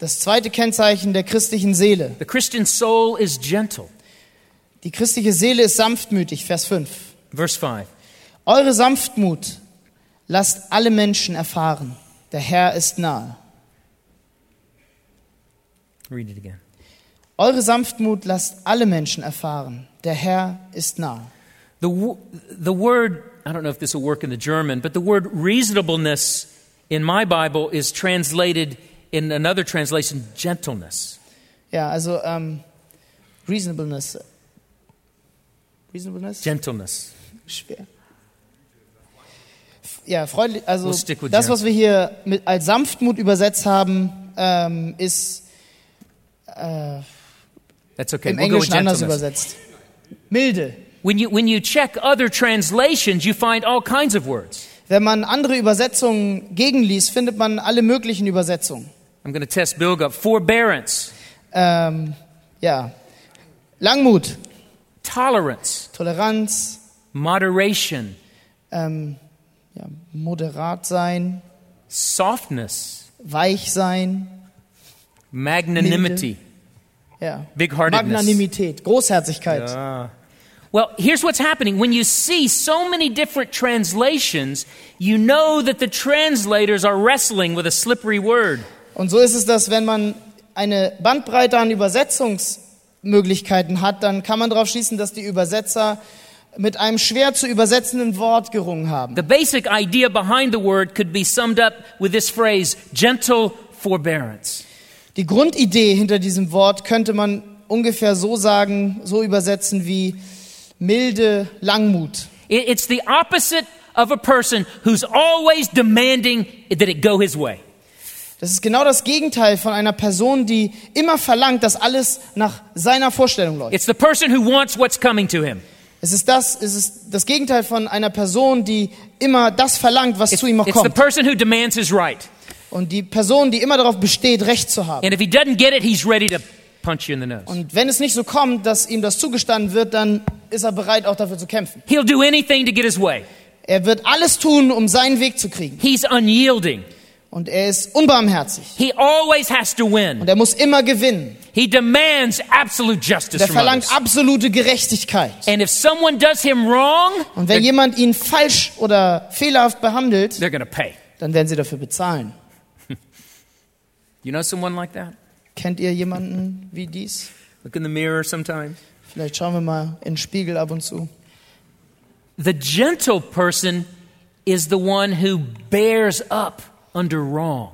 Das zweite Kennzeichen der christlichen Seele.
The Christian soul is gentle.
Die christliche Seele ist sanftmütig, Vers 5.
Verse 5.
Eure Sanftmut lasst alle Menschen erfahren. Der Herr ist nahe.
Read it again.
Eure Sanftmut lasst alle Menschen erfahren. Der Herr ist nahe.
The, wo- the word, I don't know if this will work in the German, but the word reasonableness in my Bible is translated in another translation, gentleness.
Ja, also ähm, Reasonableness. Reasonableness?
Gentleness.
Schwer. F- Ja, freundlich. Also
We'll stick with
das,
Jan.
was wir hier mit, als Sanftmut übersetzt haben, ähm, ist
That's okay.
Im
we'll go with
Englischen anders
gentleness.
übersetzt. Milde.
When you, when you check other translations, you find all kinds of words.
Wenn man andere Übersetzungen gegenliest, findet man alle möglichen Übersetzungen.
I'm going to test Bilga. Forbearance,
Ähm, ja. Langmut,
tolerance,
Toleranz,
moderation,
ähm, ja, moderat sein,
softness,
weich sein,
magnanimity,
ja.
big-heartedness.
Magnanimität, Großherzigkeit.
Well, here's what's happening. When you see so many different translations, you know that the translators are wrestling with a slippery word.
Und so ist es, dass wenn man eine Bandbreite an Übersetzungsmöglichkeiten hat, dann kann man darauf schließen, dass die Übersetzer mit einem schwer zu übersetzenden Wort gerungen haben.
The basic idea behind the word could be summed up with this phrase gentle forbearance.
Die Grundidee hinter diesem Wort könnte man ungefähr so sagen, so übersetzen wie milde Langmut.
It- It's the opposite of a person who's always demanding that it go his way.
Das ist genau das Gegenteil von einer Person, die immer verlangt, dass alles nach seiner Vorstellung läuft.
It's the person who wants what's coming to him.
Es ist das, es ist das Gegenteil von einer Person, die immer das verlangt, was
It's,
zu ihm auch
it's the
kommt.
person who demands his right.
Und die Person, die immer darauf besteht, Recht zu haben.
And if he doesn't get it, he's ready to punch you in the nose.
Und wenn es nicht so kommt, dass ihm das zugestanden wird, dann ist er bereit, auch dafür zu kämpfen.
He'll do anything to get his way.
Er wird alles tun, um seinen Weg zu kriegen.
He's unyielding.
Und er ist unbarmherzig.
He always has to win.
Und er muss immer gewinnen.
He demands absolute justice
Der
from others.
verlangt absolute Gerechtigkeit.
And if someone does him wrong,
Und wenn jemand ihn falsch oder fehlerhaft behandelt,
they're going to pay.
dann werden sie dafür bezahlen.
You know someone like that?
Kennt ihr jemanden wie dies?
Look in the mirror sometime.
Vielleicht schauen wir mal in den Spiegel ab und zu.
The gentle person is the one who bears up under wrong.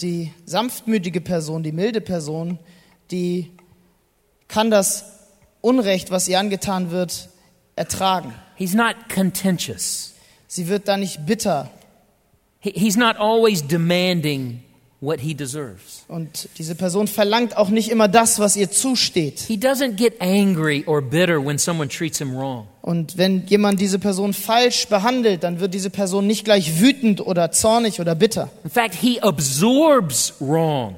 Die sanftmütige Person, die milde Person, die kann das Unrecht, was ihr angetan wird, ertragen.
He's not contentious.
Sie wird da nicht bitter.
He- he's not always demanding what he deserves.
Und diese Person verlangt auch nicht immer das, was ihr zusteht.
He doesn't get angry or bitter when someone treats him wrong.
Und wenn jemand diese Person falsch behandelt, dann wird diese Person nicht gleich wütend oder zornig oder bitter.
In fact, he absorbs wrong.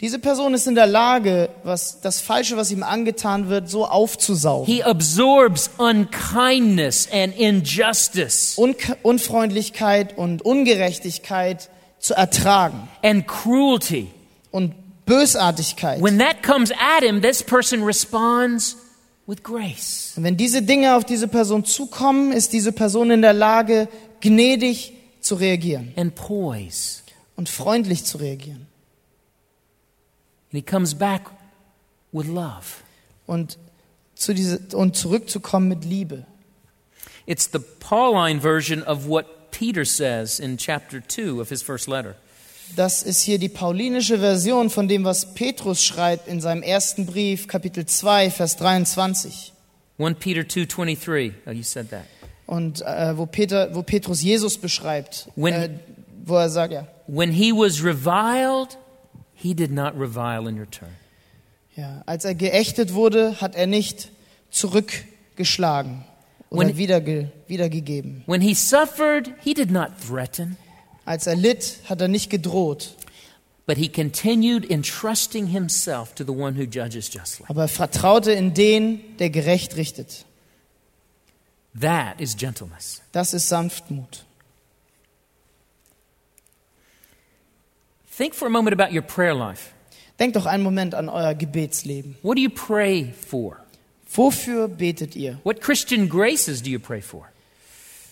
Diese Person ist in der Lage, was, das Falsche, was ihm angetan wird, so aufzusaugen.
He absorbs unkindness and injustice
Un Unfreundlichkeit und Ungerechtigkeit zu ertragen.
and cruelty.
Und Bösartigkeit.
When that comes at him, this person responds with grace.
Und wenn diese Dinge auf diese Person zukommen, ist diese Person in der Lage, gnädig zu reagieren
and poise.
und freundlich zu reagieren.
And he comes back with love.
und, zu diese, und zurückzukommen mit Liebe.
It's the Pauline version of what Peter says in chapter 2 of his first letter.
Das ist hier die paulinische Version von dem, was Petrus schreibt in seinem ersten Brief, Kapitel 2, Vers 23.
1 Peter 2:23. Oh, you said that.
Und äh, wo, Peter, wo Petrus Jesus beschreibt,
When-
äh, wo er sagt, ja,
When he was reviled, he did not revile in return.
ja, als er geächtet wurde, hat er nicht zurückgeschlagen oder
When-
wiederge, wiedergegeben.
When he suffered, he did not threaten,
Als er litt, hat er nicht gedroht,
but he continued entrusting himself to the one who judges justly.
aber er vertraute in den, der gerecht richtet.
That is gentleness.
Das ist Sanftmut.
Think for a moment about your prayer life.
Denkt doch einen Moment an euer Gebetsleben.
What do you pray for?
Wofür betet ihr?
What Christian graces do you pray for?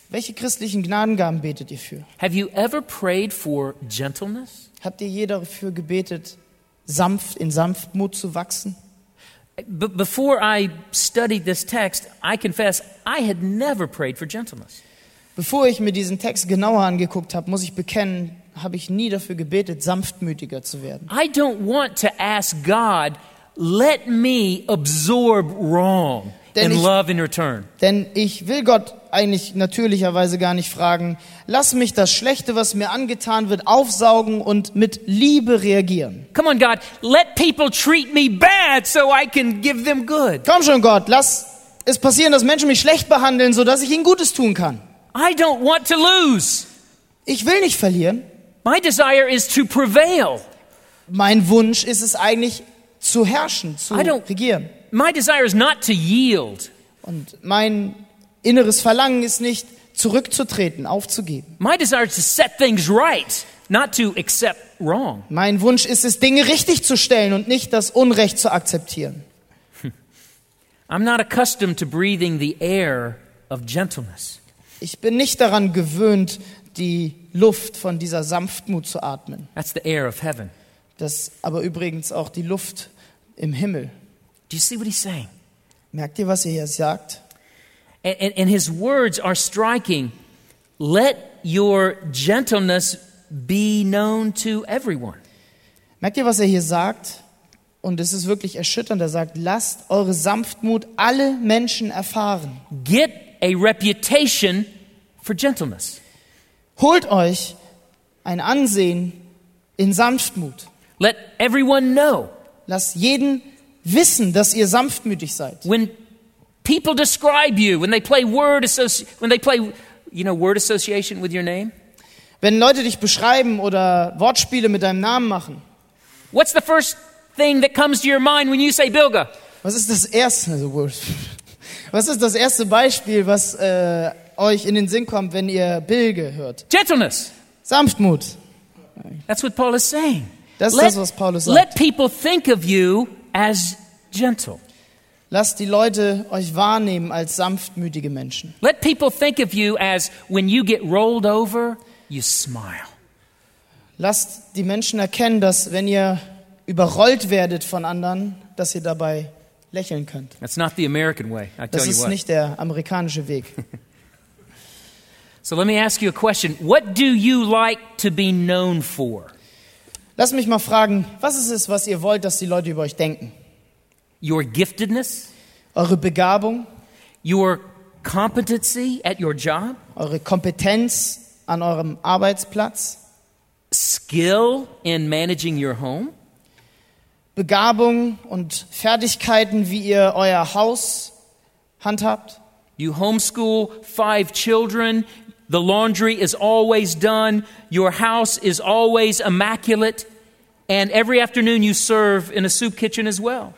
Welche christlichen Gnadengaben betet ihr für?
Have you ever prayed for gentleness?
Habt ihr je dafür gebetet, sanft in Sanftmut zu wachsen?
B- before I studied this text, I confess I had never prayed for gentleness.
Bevor ich mir diesen Text genauer angeguckt habe, muss ich bekennen, habe ich nie dafür gebetet, sanftmütiger zu werden.
I don't want to ask God, let me absorb wrong
Denn
and
ich-
love in return.
Denn ich will Gott eigentlich natürlicherweise gar nicht fragen, lass mich das Schlechte, was mir angetan wird, aufsaugen und mit Liebe reagieren.
Come on, God, let people treat me bad so I can give them good.
Komm schon, Gott, lass es passieren, dass Menschen mich schlecht behandeln, sodass ich ihnen Gutes tun kann.
I don't want to lose.
Ich will nicht verlieren.
My desire is to prevail.
Mein Wunsch ist es eigentlich, zu herrschen, zu
I don't-
regieren.
My desire is not to yield.
Und mein inneres Verlangen ist nicht, zurückzutreten, aufzugeben.
My desire is to set things right, not to accept wrong.
Mein Wunsch ist es, Dinge richtig zu stellen und nicht das Unrecht zu akzeptieren.
I'm not accustomed to breathing the air of gentleness.
Ich bin nicht daran gewöhnt, die Luft von dieser Sanftmut zu atmen.
That's the air of heaven.
Das aber übrigens auch die Luft im Himmel.
Do you see what he's saying?
Merkt ihr, was ihr hier sagt?
And, and, and his words are striking. Let your gentleness be known to everyone.
Merkt ihr, was er hier sagt? Und es ist wirklich erschütternd. Er sagt, lasst eure Sanftmut alle Menschen erfahren.
Get a reputation for gentleness.
Holt euch ein Ansehen in Sanftmut.
Let everyone know.
Lasst jeden wissen, dass ihr sanftmütig seid.
When people describe you, when they play word associ- when they play you know word association with your name,
Wenn Leute dich beschreiben oder Wortspiele mit deinem Namen machen,
what's the first thing that comes to your mind when you say Bilga?
was ist das erste, also, wohl- was ist das erste Beispiel, was äh, euch in den Sinn kommt, wenn ihr Bilge hört?
Gentleness.
Sanftmut.
That's what Paul is saying.
Das ist
let,
das, was Paulus sagt.
let people think of you as gentle.
Lasst die Leute euch wahrnehmen als sanftmütige Menschen.
Let people think of you as when you get rolled over, you smile.
Lasst die Menschen erkennen, dass wenn ihr überrollt werdet von anderen, dass ihr dabei lächeln könnt.
That's not the American way, I tell
Das
you
ist
what.
nicht der amerikanische Weg.
so let me ask you a question. What do you like to be known for?
Lasst mich mal fragen, was ist es, was ihr wollt, dass die Leute über euch denken?
Your giftedness?
Eure Begabung,
Your competency at your job?
eure Kompetenz an eurem Arbeitsplatz,
Skill in managing your home?
Begabung und Fertigkeiten, wie ihr euer Haus handhabt?
You homeschool five children. The laundry is always done. Your house is always immaculate. And every afternoon you serve in a soup kitchen as well.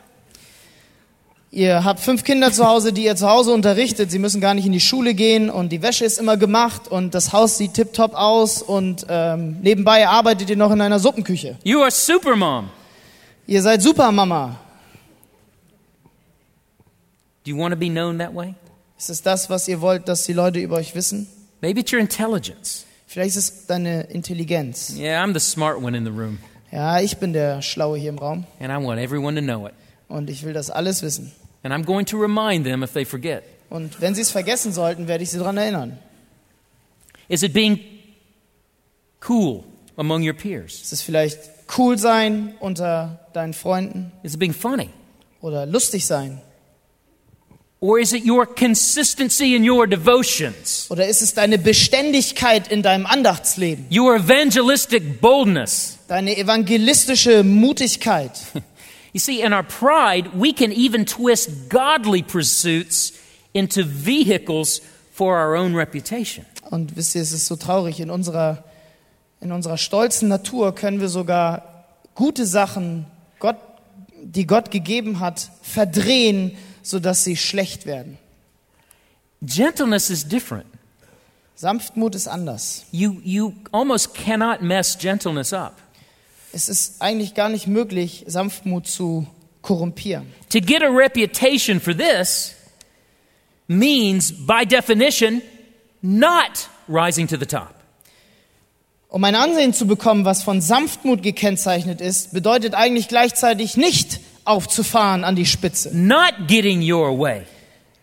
Ihr habt fünf Kinder zu Hause, die ihr zu Hause unterrichtet. Sie müssen gar nicht in die Schule gehen und die Wäsche ist immer gemacht und das Haus sieht tipptopp aus und ähm, nebenbei arbeitet ihr noch in einer Suppenküche.
You are super mom.
Ihr seid Supermama.
Do you want to be known that way?
Ist es das, was ihr wollt, dass die Leute über euch wissen?
Maybe it's your intelligence.
Vielleicht ist es deine Intelligenz.
Yeah, I'm the smart one in the room,
Ja, ich bin der Schlaue hier im Raum
and I want everyone to know it.
und ich will das alles wissen.
And I'm going to remind them if they forget.
Und wenn sie es vergessen sollten, werde ich sie daran erinnern.
Is it being cool among your peers?
Ist es vielleicht cool sein unter deinen Freunden
Is it being funny?
oder lustig sein?
Or is it your consistency in your devotions?
Oder ist es deine Beständigkeit in deinem Andachtsleben?
Your evangelistic boldness?
Deine evangelistische Mutigkeit.
You see, in our pride, we can even twist godly pursuits into vehicles for our own reputation.
Und wisst ihr, es ist so traurig. In unserer, in unserer stolzen Natur können wir sogar gute Sachen, Gott, die Gott gegeben hat, verdrehen, sodass sie schlecht werden.
Gentleness is different.
Sanftmut ist anders.
You, you almost cannot mess gentleness up.
Es ist eigentlich gar nicht möglich, Sanftmut zu korrumpieren.
To get a reputation for this means, by definition, not rising to the top.
Um ein Ansehen zu bekommen, was von Sanftmut gekennzeichnet ist, bedeutet eigentlich gleichzeitig nicht aufzufahren an die Spitze.
Not getting your way.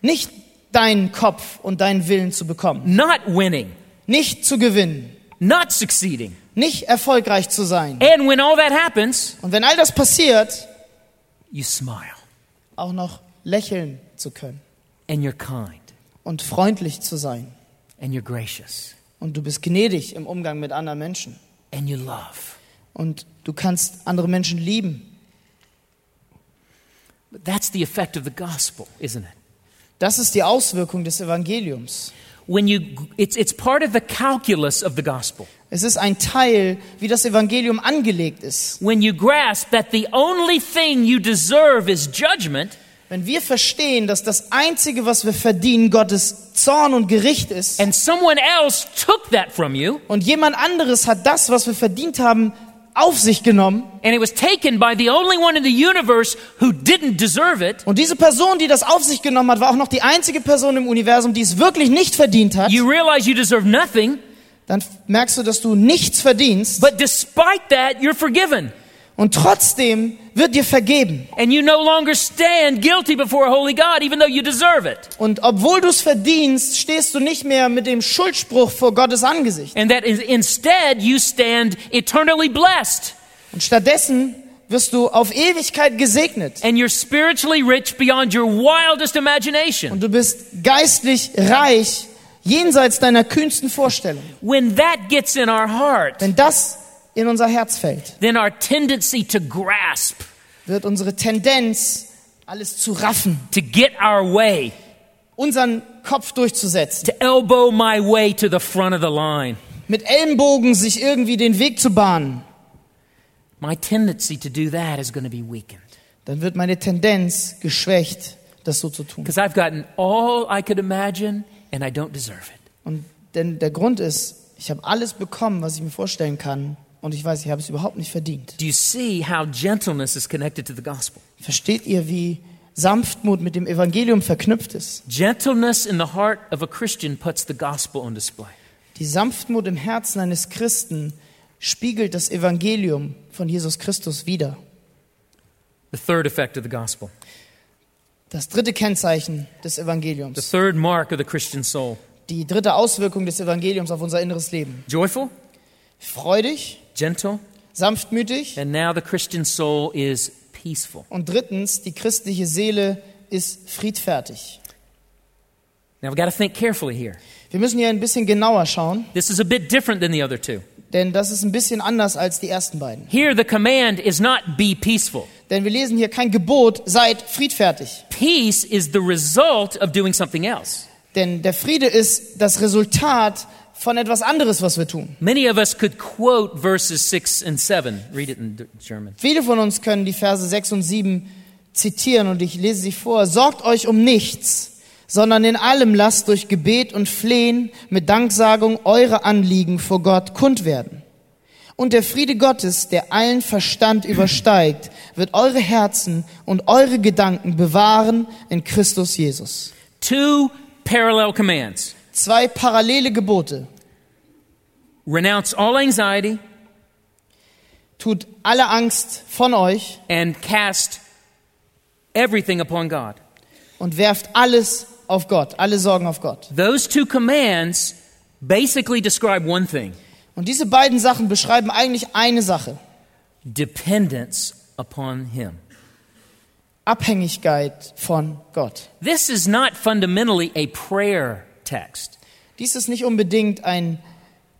nicht deinen Kopf und deinen Willen zu bekommen,
Not winning.
nicht zu gewinnen,
Not succeeding.
nicht erfolgreich zu sein.
And when all that happens,
Und wenn all das passiert,
you smile.
auch noch lächeln zu können.
and you're kind
und freundlich zu sein.
and you're gracious
Und du bist gnädig im Umgang mit anderen Menschen.
and you love.
Und du kannst andere Menschen lieben.
But that's the effect of the gospel, isn't it?
Das ist die Auswirkung des Evangeliums.
When you, it's, it's part of the calculus of the gospel.
Es ist ein Teil, wie das Evangelium angelegt ist.
When you grasp that the only thing you deserve is judgment,
Wenn wir verstehen, dass das Einzige, was wir verdienen, Gottes Zorn und Gericht ist,
and someone else took that from you,
und jemand anderes hat das, was wir verdient haben, auf sich genommen,
and it was taken by the only one in the universe who didn't deserve it,
und diese Person, die das auf sich genommen hat, war auch noch die einzige Person im Universum, die es wirklich nicht verdient hat,
you realize you deserve nothing,
dann f- merkst du, dass du nichts verdienst,
but despite that, you're forgiven.
und trotzdem wird dir vergeben.
And you no longer stand guilty before a holy God, even though you deserve it.
Und obwohl du es verdienst, stehst du nicht mehr mit dem Schuldspruch vor Gottes Angesicht.
And that is, instead, you stand eternally blessed.
Und stattdessen wirst du auf Ewigkeit gesegnet.
And you're spiritually rich beyond your wildest imagination.
Und du bist geistlich reich jenseits deiner kühnsten Vorstellung.
When that gets in our heart,
Wenn das in unser Herz fällt,
then our tendency to grasp,
wird unsere Tendenz, alles zu raffen,
to get our way,
unseren Kopf durchzusetzen,
to elbow my way to the front of the line,
mit Ellenbogen sich irgendwie den Weg zu bahnen,
my tendency to do that is going to be weakened.
dann wird meine Tendenz geschwächt, das so zu tun.
Because I've gotten all I could imagine, and I don't deserve it.
Und denn der Grund ist, ich habe alles bekommen, was ich mir vorstellen kann, und ich weiß, ich habe es überhaupt nicht verdient.
Do you see how gentleness is connected to the gospel?
Versteht ihr, wie Sanftmut mit dem Evangelium verknüpft ist?
Gentleness in the heart of a Christian puts the gospel on display.
Die Sanftmut im Herzen eines Christen spiegelt das Evangelium von Jesus Christus wider.
The third effect of the gospel,
Das dritte Kennzeichen des
the
Evangeliums,
third mark of the Christian soul.
die dritte Auswirkung des Evangeliums auf unser inneres Leben.
Joyful,
Freudig,
gentle,
sanftmütig
and now the Christian soul is peaceful.
und drittens, die christliche Seele ist friedfertig.
Now we've got to think carefully here.
Wir müssen hier ein bisschen genauer schauen,
This is a bit different than the other two.
denn das ist ein bisschen anders als die ersten beiden.
Here, the command is not be peaceful.
Denn wir lesen hier kein Gebot, seid friedfertig.
Peace is the result of doing something else.
Denn der Friede ist das Resultat von etwas anderes, was wir tun.
Many of us could quote verses 6 and 7. Read it in D- German.
Viele von uns können die Verse 6 und 7 zitieren und ich lese sie vor. Sorgt euch um nichts, sondern in allem lasst durch Gebet und Flehen mit Danksagung eure Anliegen vor Gott kund werden. Und der Friede Gottes, der allen Verstand übersteigt, wird eure Herzen und eure Gedanken bewahren in Christus Jesus.
Two parallel commands
Zwei parallele Gebote.
renounce all anxiety
Tut alle Angst von euch
and cast everything upon God.
und werft alles auf Gott, alle Sorgen auf Gott.
Those two commands basically describe one thing
Und diese beiden Sachen beschreiben eigentlich eine Sache.
dependence upon Him.
Abhängigkeit von Gott.
This is not fundamentally a prayer text,
Dies ist nicht unbedingt ein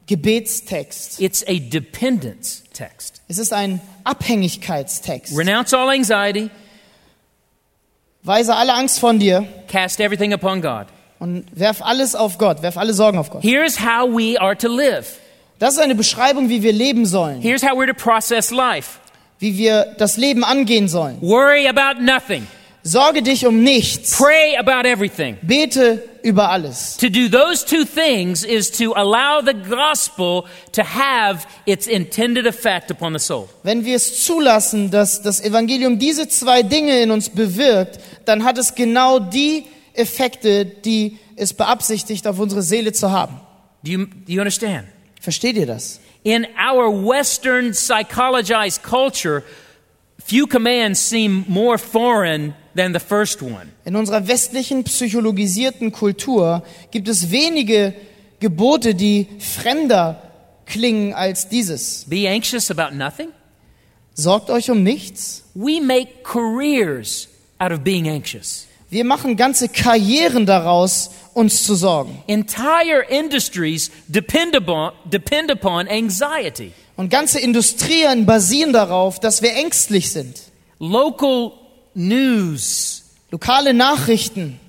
Gebetstext.
it's a dependence text.
Es ist ein Abhängigkeitstext.
Renounce all anxiety,
Weise alle Angst von dir
cast everything upon God.
und werf alles auf Gott, werf alle Sorgen auf Gott.
Here's how we are to live.
Das ist eine Beschreibung, wie wir leben sollen,
Here's how we're to process life.
wie wir das Leben angehen sollen.
Worry about nothing.
Sorge dich um nichts,
Pray about everything.
bete über alles.
To do those two things is to allow the gospel to have its intended effect upon the soul.
Wenn wir es zulassen, dass das Evangelium diese zwei Dinge in uns bewirkt, dann hat es genau die Effekte, die es beabsichtigt, auf unsere Seele zu haben.
Do you, do you understand?
Versteht ihr das?
In our Western psychologized culture, few commands seem more foreign than the first one.
In unserer westlichen psychologisierten Kultur gibt es wenige Gebote, die fremder klingen als dieses.
Be anxious about nothing.
Sorgt euch um nichts.
We make careers out of being anxious.
Wir machen ganze Karrieren daraus, uns zu sorgen.
Entire industries depend upon, depend upon anxiety.
Und ganze Industrien basieren darauf, dass wir ängstlich sind.
Local news.
Lokale Nachrichten.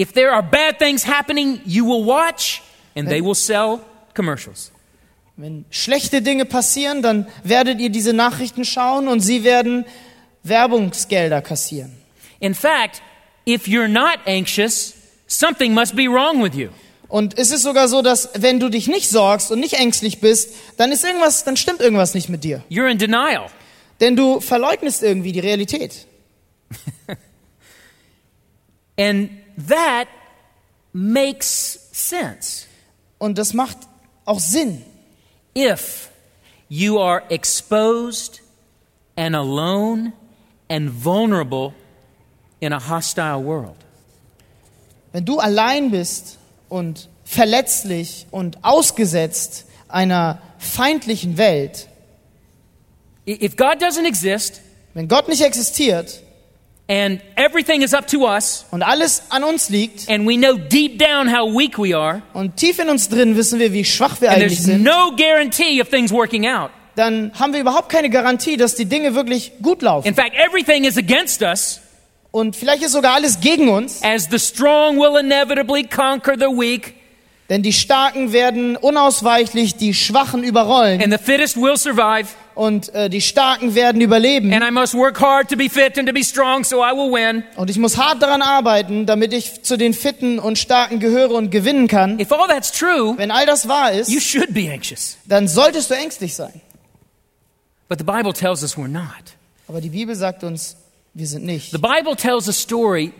If there are bad things happening, you will watch and they will sell commercials.
Wenn schlechte Dinge passieren, dann werdet ihr diese Nachrichten schauen und sie werden Werbungsgelder kassieren.
In fact, if you're not anxious, something must be wrong with you.
Und es ist sogar so, dass wenn du dich nicht sorgst und nicht ängstlich bist, dann ist irgendwas, dann stimmt irgendwas nicht mit dir.
You're in denial.
Denn du verleugnest irgendwie die Realität.
And that makes sense
Und das macht auch Sinn,
if you are exposed and alone and vulnerable in a hostile world.
wenn du allein bist und verletzlich und ausgesetzt einer feindlichen Welt.
I- If God doesn't exist
Wenn Gott nicht existiert
and everything is up to us
und alles an uns liegt
and we know deep down how weak we are
und tief in uns drin wissen wir, wie schwach wir
and
eigentlich
there's
sind,
no guarantee of things working out.
dann haben wir überhaupt keine Garantie, dass die Dinge wirklich gut
In
laufen.
fact, everything is against us
Und vielleicht ist sogar alles gegen uns.
as the strong will inevitably conquer the weak
Denn die Starken werden unausweichlich die Schwachen überrollen
and the fittest will survive
und äh, die Starken werden überleben.
and I must work hard to be fit and to be strong so I will win.
Und ich muss hart daran arbeiten, damit ich zu den Fitten und Starken gehöre und gewinnen kann.
If all that's true,
Wenn all das wahr
you
ist,
should be anxious.
dann solltest du ängstlich sein.
But the Bible tells us we're not.
Aber die Bibel sagt uns, wir sind nicht.
The Bible tells a story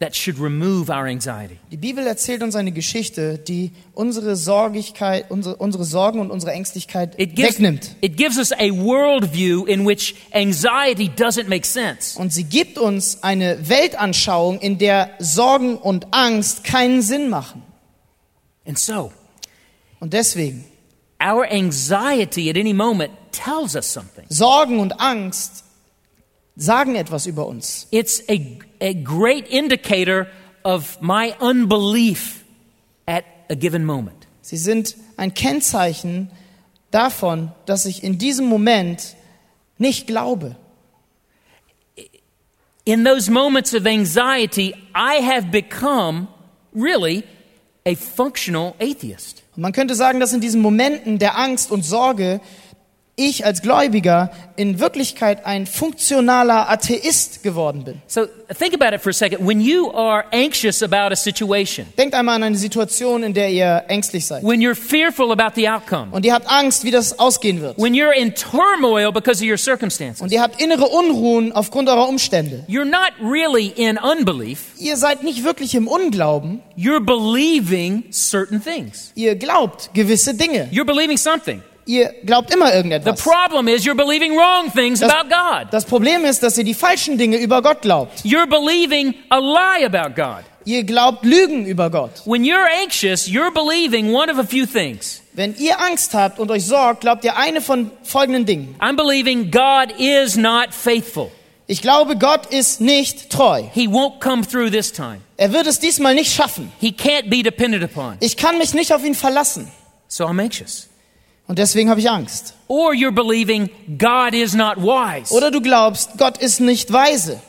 that should remove our anxiety.
Die Bibel erzählt uns eine Geschichte, die unsere, Sorgigkeit, unsere, unsere Sorgen und unsere Ängstlichkeit
It gives,
wegnimmt.
it gives us a worldview in which anxiety doesn't make sense.
Und sie gibt uns eine Weltanschauung, in der Sorgen und Angst keinen Sinn machen.
And so,
Und deswegen
our anxiety at any moment tells us something.
Sorgen und Angst sagen etwas über uns.
It's a, a great indicator of my unbelief at a given moment.
Sie sind ein Kennzeichen davon, dass ich in diesem Moment nicht glaube.
In those moments of anxiety, I have become really a functional atheist.
Und man könnte sagen, dass in diesen Momenten der Angst und Sorge ich als Gläubiger in Wirklichkeit ein funktionaler Atheist geworden bin.
So think about it for a second. When you are anxious about a situation,
Denkt einmal an eine Situation, in der ihr ängstlich seid.
when you're fearful about the outcome,
Und ihr habt Angst, wie das ausgehen wird.
when you're in turmoil because of your
Und
circumstances,
ihr habt innere Unruhen aufgrund eurer Umstände.
you're not really in unbelief.
Ihr seid nicht wirklich im Unglauben.
You're believing certain things.
Ihr glaubt gewisse Dinge.
You're believing something.
Ihr glaubt immer
The
irgendetwas.
problem is you're believing wrong things
Das-
about God.
Das Problem ist, dass ihr die falschen Dinge über Gott glaubt.
You're believing a lie about God.
Ihr glaubt Lügen über Gott.
When you're anxious, you're believing one of a few things.
Wenn ihr Angst habt und euch sorgt, glaubt ihr eine von folgenden Dingen.
I'm believing God is not faithful.
Ich glaube, Gott ist nicht treu.
He won't come through this time.
Er wird es diesmal nicht schaffen.
He can't be depended upon.
Ich kann mich nicht auf ihn verlassen.
So I'm anxious.
Und deswegen habe ich Angst.
Or you're believing God is not wise.
Oder du glaubst, Gott ist nicht weise.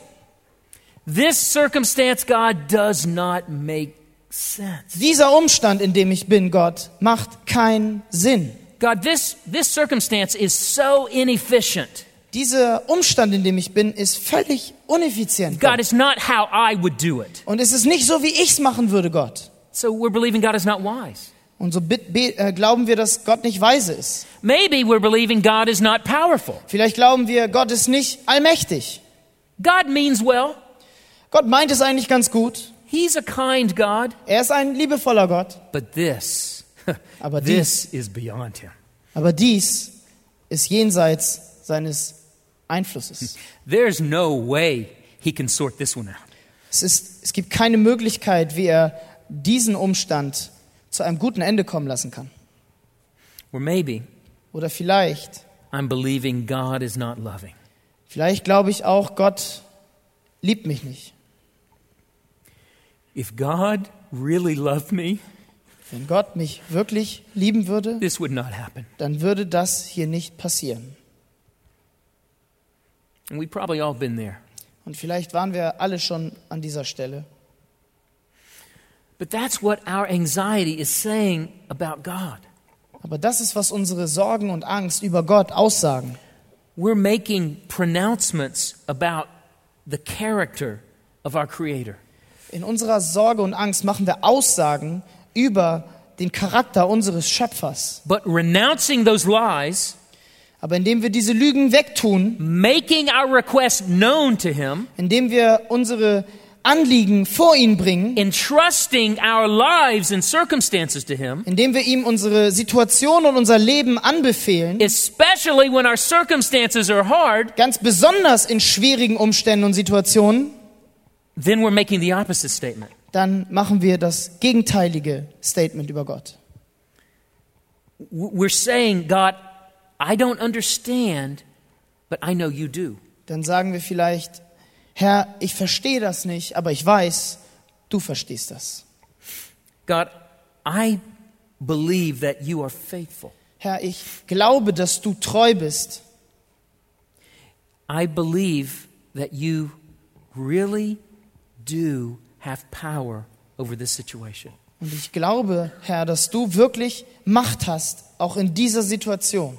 This circumstance, God does not make sense.
Dieser Umstand, in dem ich bin, Gott, macht keinen Sinn.
God, this, this circumstance is so inefficient.
Dieser Umstand, in dem ich bin, ist völlig ineffizient.
God,
Gott.
it's not how I would do it.
Und es ist nicht so, wie ich es machen würde, Gott.
So we're believing God is not wise.
Und so bit- be- äh, glauben wir, dass Gott nicht weise ist.
Maybe we're believing God is not powerful.
Vielleicht glauben wir, Gott ist nicht allmächtig.
God means well.
Gott meint es eigentlich ganz gut.
He's a kind God.
Er ist ein liebevoller Gott.
But this,
Aber
this is beyond him.
Aber dies ist jenseits seines Einflusses.
There's no way he can sort this one out.
Es, ist, es gibt keine Möglichkeit, wie er diesen Umstand zu einem guten Ende kommen lassen kann.
Or maybe
Oder vielleicht,
I'm believing God is not loving.
vielleicht glaube ich auch, Gott liebt mich nicht.
If God really loved me,
Wenn Gott mich wirklich lieben würde,
this would not happen.
dann würde das hier nicht passieren.
And we've probably all been there.
Und vielleicht waren wir alle schon an dieser Stelle.
But that's what our anxiety is saying about God.
Aber das ist, was unsere Sorgen und Angst über Gott aussagen.
We're making pronouncements about the character of our Creator.
In unserer Sorge und Angst machen wir Aussagen über den Charakter unseres Schöpfers.
But renouncing those lies,
Aber indem wir diese Lügen wegtun,
making our request known to Him,
indem wir unsere Anliegen vor ihn bringen,
entrusting our lives and circumstances to Him,
indem wir ihm unsere Situation und unser Leben anbefehlen,
especially when our circumstances are hard,
ganz besonders in schwierigen Umständen und Situationen,
then we're making the opposite statement.
dann machen wir das gegenteilige Statement über Gott.
W- We're saying, God, I don't understand, but I know you do.
Dann sagen wir vielleicht, Herr, ich verstehe das nicht, aber ich weiß, du verstehst das.
God, I believe that you are faithful.
Herr, ich glaube, dass du treu bist.
I believe that you really do have power over this situation.
Und ich glaube, Herr, dass du wirklich Macht hast, auch in dieser Situation.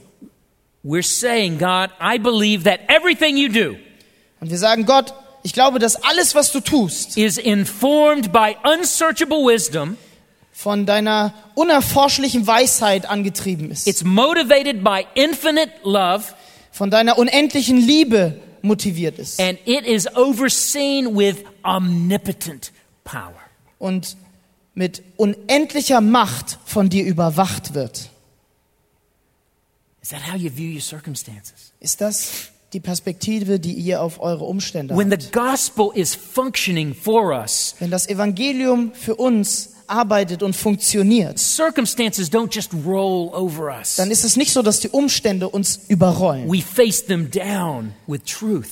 We're saying, God, I believe that everything you do
Und wir sagen, Gott, ich glaube, dass alles, was du tust,
is informed by unsearchable wisdom,
von deiner unerforschlichen Weisheit angetrieben ist,
it's motivated by infinite love,
von deiner unendlichen Liebe motiviert ist
and it is overseen with omnipotent power.
und mit unendlicher Macht von dir überwacht wird.
Is that how you view your circumstances?
Ist das die Perspektive, die ihr auf eure Umstände
When the
habt?
gospel is functioning for us,
Wenn das Evangelium für uns arbeitet und funktioniert,
circumstances don't just roll over us.
dann ist es nicht so, dass die Umstände uns überrollen,
We face them down with truth.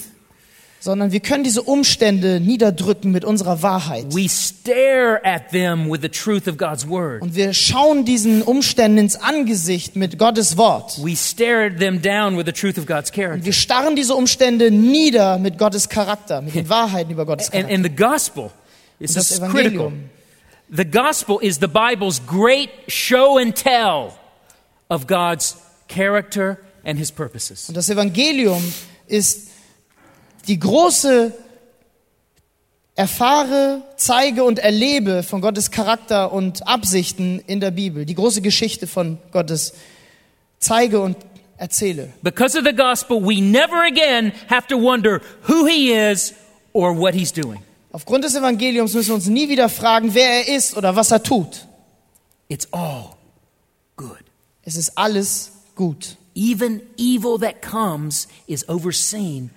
sondern wir können diese Umstände niederdrücken mit unserer Wahrheit.
We stare at them with the truth of God's word.
Und wir schauen diesen Umständen ins Angesicht mit Gottes Wort.
We stare at them down with the truth of God's
Und
character.
wir starren diese Umstände nieder mit Gottes Charakter, mit den Wahrheiten über Gottes
And,
Charakter.
and the gospel is
Das
is critical.
Evangelium.
The gospel is the Bible's great show and tell of God's character and his purposes.
Und das Evangelium ist die große Erfahre, zeige und erlebe von Gottes Charakter und Absichten in der Bibel. Die große Geschichte von Gottes zeige und erzähle.
Because of the gospel, we never again have to wonder who he is or what he's doing.
Aufgrund des Evangeliums müssen wir uns nie wieder fragen, wer er ist oder was er tut.
It's all good.
Es ist alles gut.
Even evil that comes is overseen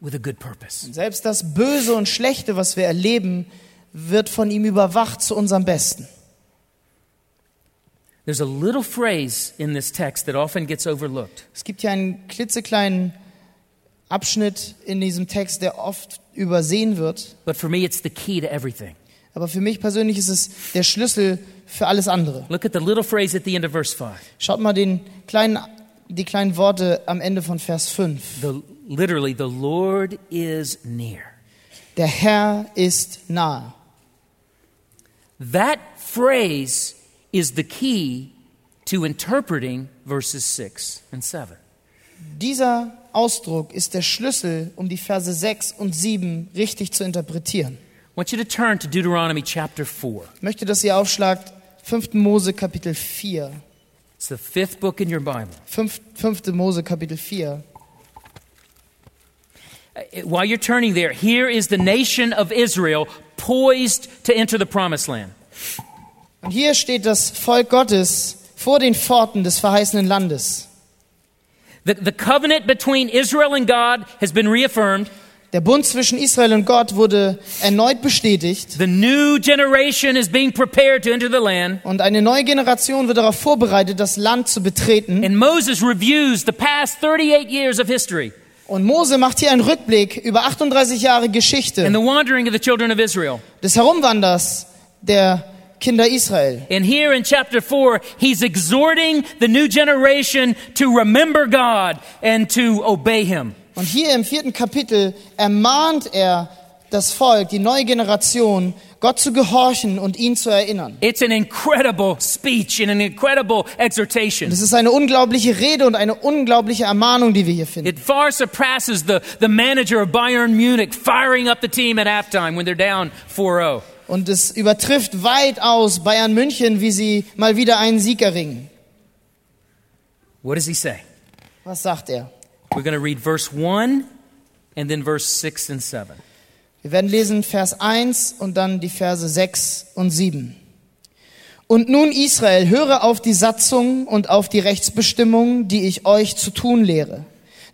with a good purpose.
Selbst das Böse und Schlechte, was wir erleben, wird von ihm überwacht zu unserem Besten.
There's a little phrase in this text that often gets overlooked.
Es gibt hier einen klitzekleinen Abschnitt in diesem Text, der oft übersehen wird.
But for me, it's the key to everything.
Aber für mich persönlich ist es der Schlüssel für alles andere.
Look at the little phrase at the end of verse 5.
Schaut mal den kleinen, die kleinen Worte am Ende von Vers 5.
The, literally, the Lord is near.
Der Herr ist nahe.
That phrase is the key to interpreting verses 6 and 7.
Dieser Ausdruck ist der Schlüssel, um die Verse 6 und 7 richtig zu interpretieren.
I want you to turn to Deuteronomy chapter 4.
Ich möchte, dass ihr aufschlagt 5. Mose Kapitel 4.
It's the fifth book in your Bible.
Fünf, 5. Mose Kapitel 4.
Uh, While you're turning there, here is the nation of Israel poised to enter the promised land.
Und hier steht das Volk Gottes vor den Pforten des verheißenen Landes.
The, the covenant between Israel and God has been reaffirmed.
Der Bund zwischen Israel und Gott wurde erneut bestätigt
The new generation is being prepared to enter the land.
und eine neue Generation wird darauf vorbereitet, das Land zu betreten.
And Moses reviews the past 38 years of history
Und Mose macht hier einen Rückblick über 38 Jahre
and
Geschichte
the wandering of the children of Israel.
des Herumwanders der Kinder Israel.
And here in chapter 4, he's exhorting the new generation to remember God and to obey him.
Und hier im vierten Kapitel ermahnt er das Volk, die neue Generation, Gott zu gehorchen und ihn zu erinnern.
It's an incredible speech and an incredible exhortation.
Das ist eine unglaubliche Rede und eine unglaubliche Ermahnung, die wir hier finden.
It far surpasses the, the manager of Bayern Munich firing up the team at halftime when they're down oh. 4 0.
Und es übertrifft weitaus Bayern München, wie sie mal wieder einen Sieg erringen.
What does he say?
Was sagt er?
We're going to read verse 1 and then verse 6 and 7.
Wir werden lesen Vers 1 und dann die Verse 6 und 7. Und nun Israel, höre auf die Satzung und auf die Rechtsbestimmungen, die ich euch zu tun lehre,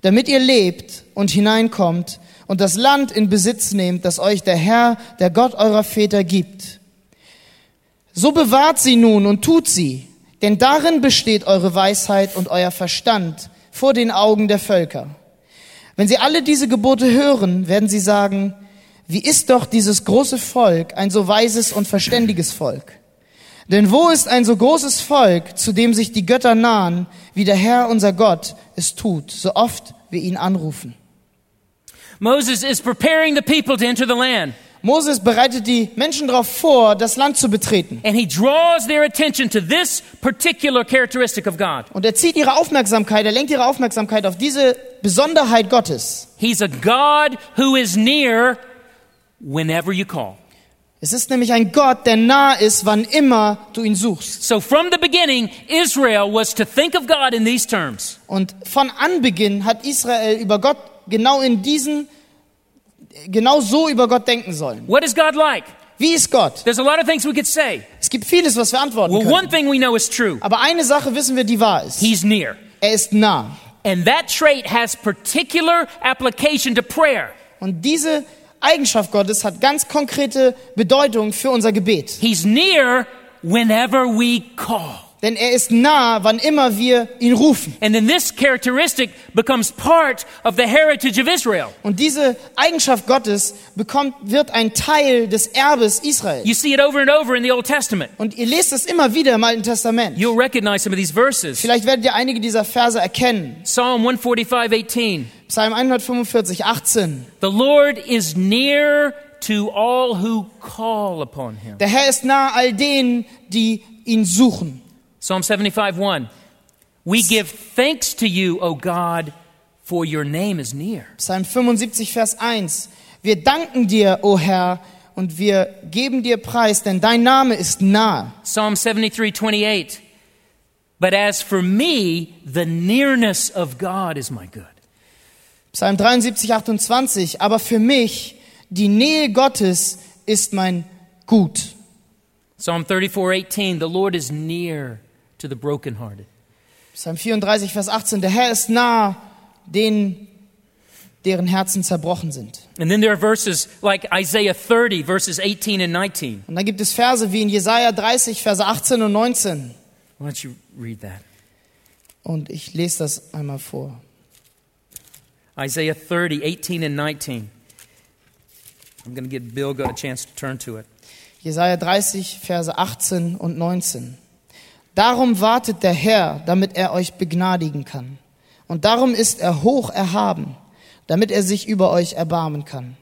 damit ihr lebt und hineinkommt und das Land in Besitz nehmt, das euch der Herr, der Gott eurer Väter gibt. So bewahrt sie nun und tut sie, denn darin besteht eure Weisheit und euer Verstand vor den Augen der Völker. Wenn sie alle diese Gebote hören, werden sie sagen, wie ist doch dieses große Volk ein so weises und verständiges Volk? Denn wo ist ein so großes Volk, zu dem sich die Götter nahen, wie der Herr unser Gott es tut, so oft wir ihn anrufen?
Moses is preparing the people to enter the land,
Moses bereitet die Menschen darauf vor, das Land zu betreten.
and he draws their attention to this particular characteristic of God.
Und er zieht ihre Aufmerksamkeit, er lenkt ihre Aufmerksamkeit auf diese Besonderheit Gottes.
He's a God who is near whenever you call.
Es ist nämlich ein Gott, der nah ist, wann immer du ihn suchst.
So from the beginning, Israel was to think of God in these terms.
Und von Anbeginn hat Israel über Gott genau in diesen, genau so über Gott denken sollen.
What is God like?
Wie ist Gott?
There's a lot of things we could say.
Es gibt vieles, was wir antworten
Well, one
können.
thing we know is true.
Aber eine Sache wissen wir, die wahr ist.
He's near.
Er ist nah.
And that trait has particular application to prayer.
Und diese Eigenschaft Gottes hat ganz konkrete Bedeutung für unser Gebet.
He's near whenever we call.
Denn er ist nah, wann immer wir ihn rufen.
And then this characteristic becomes part of the heritage of Israel.
Und diese Eigenschaft Gottes bekommt, wird ein Teil des Erbes Israel.
You see it over and over in the Old Testament.
Und ihr lest es immer wieder im Alten Testament.
You'll recognize some of these verses.
Vielleicht werdet ihr einige dieser Verse erkennen.
Psalm 145, 18.
Psalm 145, 18.
The Lord is near to all who call upon him.
Der Herr ist nah all denen, die ihn suchen.
Psalm 75, 1. We give thanks to you, O God, for your name is near.
Psalm 75, Vers 1. Wir danken dir, o Herr, und wir geben dir Preis, denn dein Name ist nah.
Psalm 73, 28. But as for me, the nearness of God is my good.
Psalm 73, 28. Aber für mich, die Nähe Gottes ist mein Gut.
Psalm 34, 18. The Lord is near to the brokenhearted.
Psalm 34, Vers 18. Der Herr ist nah denen, deren Herzen zerbrochen sind.
And then there are verses like Isaiah 30, verses 18 and 19.
Und dann gibt es Verse wie in Jesaja 30, Verse 18 und 19.
Why don't you read that?
Und ich lese das einmal vor.
Isaiah 30, 18 and 19. I'm going to give Bill got a chance to turn to it.
Jesaja 30, Verse 18 und 19. Darum wartet der Herr, damit er euch begnadigen kann. Und darum ist er hoch erhaben, damit er sich über euch erbarmen kann.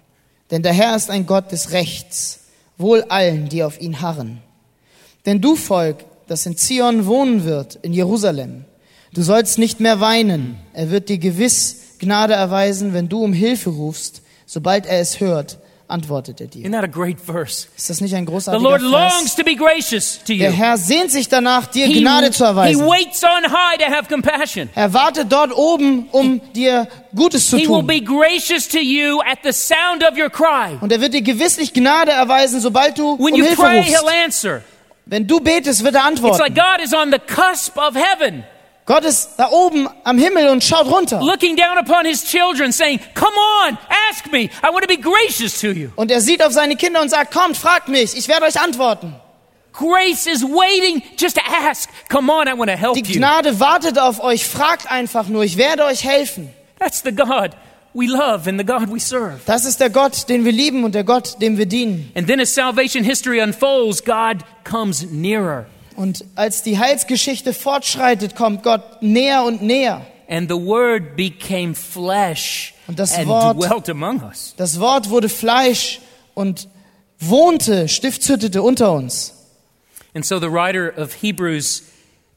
Denn der Herr ist ein Gott des Rechts, wohl allen, die auf ihn harren. Denn du Volk, das in Zion wohnen wird, in Jerusalem, du sollst nicht mehr weinen. Er wird dir gewiss Gnade erweisen, wenn du um Hilfe rufst. Sobald er es hört, antwortet er dir.
Isn't that a great verse?
Ist das nicht ein
The
großartiger
Lord
Vers?
longs to be gracious to
Der
you.
Herr sehnt sich danach, dir
He,
Gnade zu
he
erweisen.
waits on high to have compassion.
Er wartet dort oben, um dir Gutes zu
He will
tun.
be gracious to you at the sound of your cry.
Und er wird dir gewisslich Gnade erweisen, sobald du um
When you
Hilfe
pray, he'll
rufst.
answer.
Wenn du betest, wird er
It's like
antworten.
God is on the cusp of heaven,
Gott ist da oben am Himmel und schaut runter.
looking down upon his children, saying, Come on, ask me. I want to be gracious to you.
Und er sieht auf seine Kinder und sagt, kommt, fragt mich, ich werde euch antworten.
Grace is waiting just to ask. Come on, I want to help
Die
you.
Gnade wartet auf euch, fragt einfach nur, ich werde euch helfen.
That's the God we love and the God we serve.
Das ist der Gott, den wir lieben und der Gott, dem wir dienen.
And then as salvation history unfolds, God comes nearer.
Und als die Heilsgeschichte fortschreitet, kommt Gott näher und näher.
And the Word became flesh
Und das
and
Wort-
dwelt among us.
Das Wort wurde Fleisch und wohnte, stiftshüttete unter uns.
And so the writer of Hebrews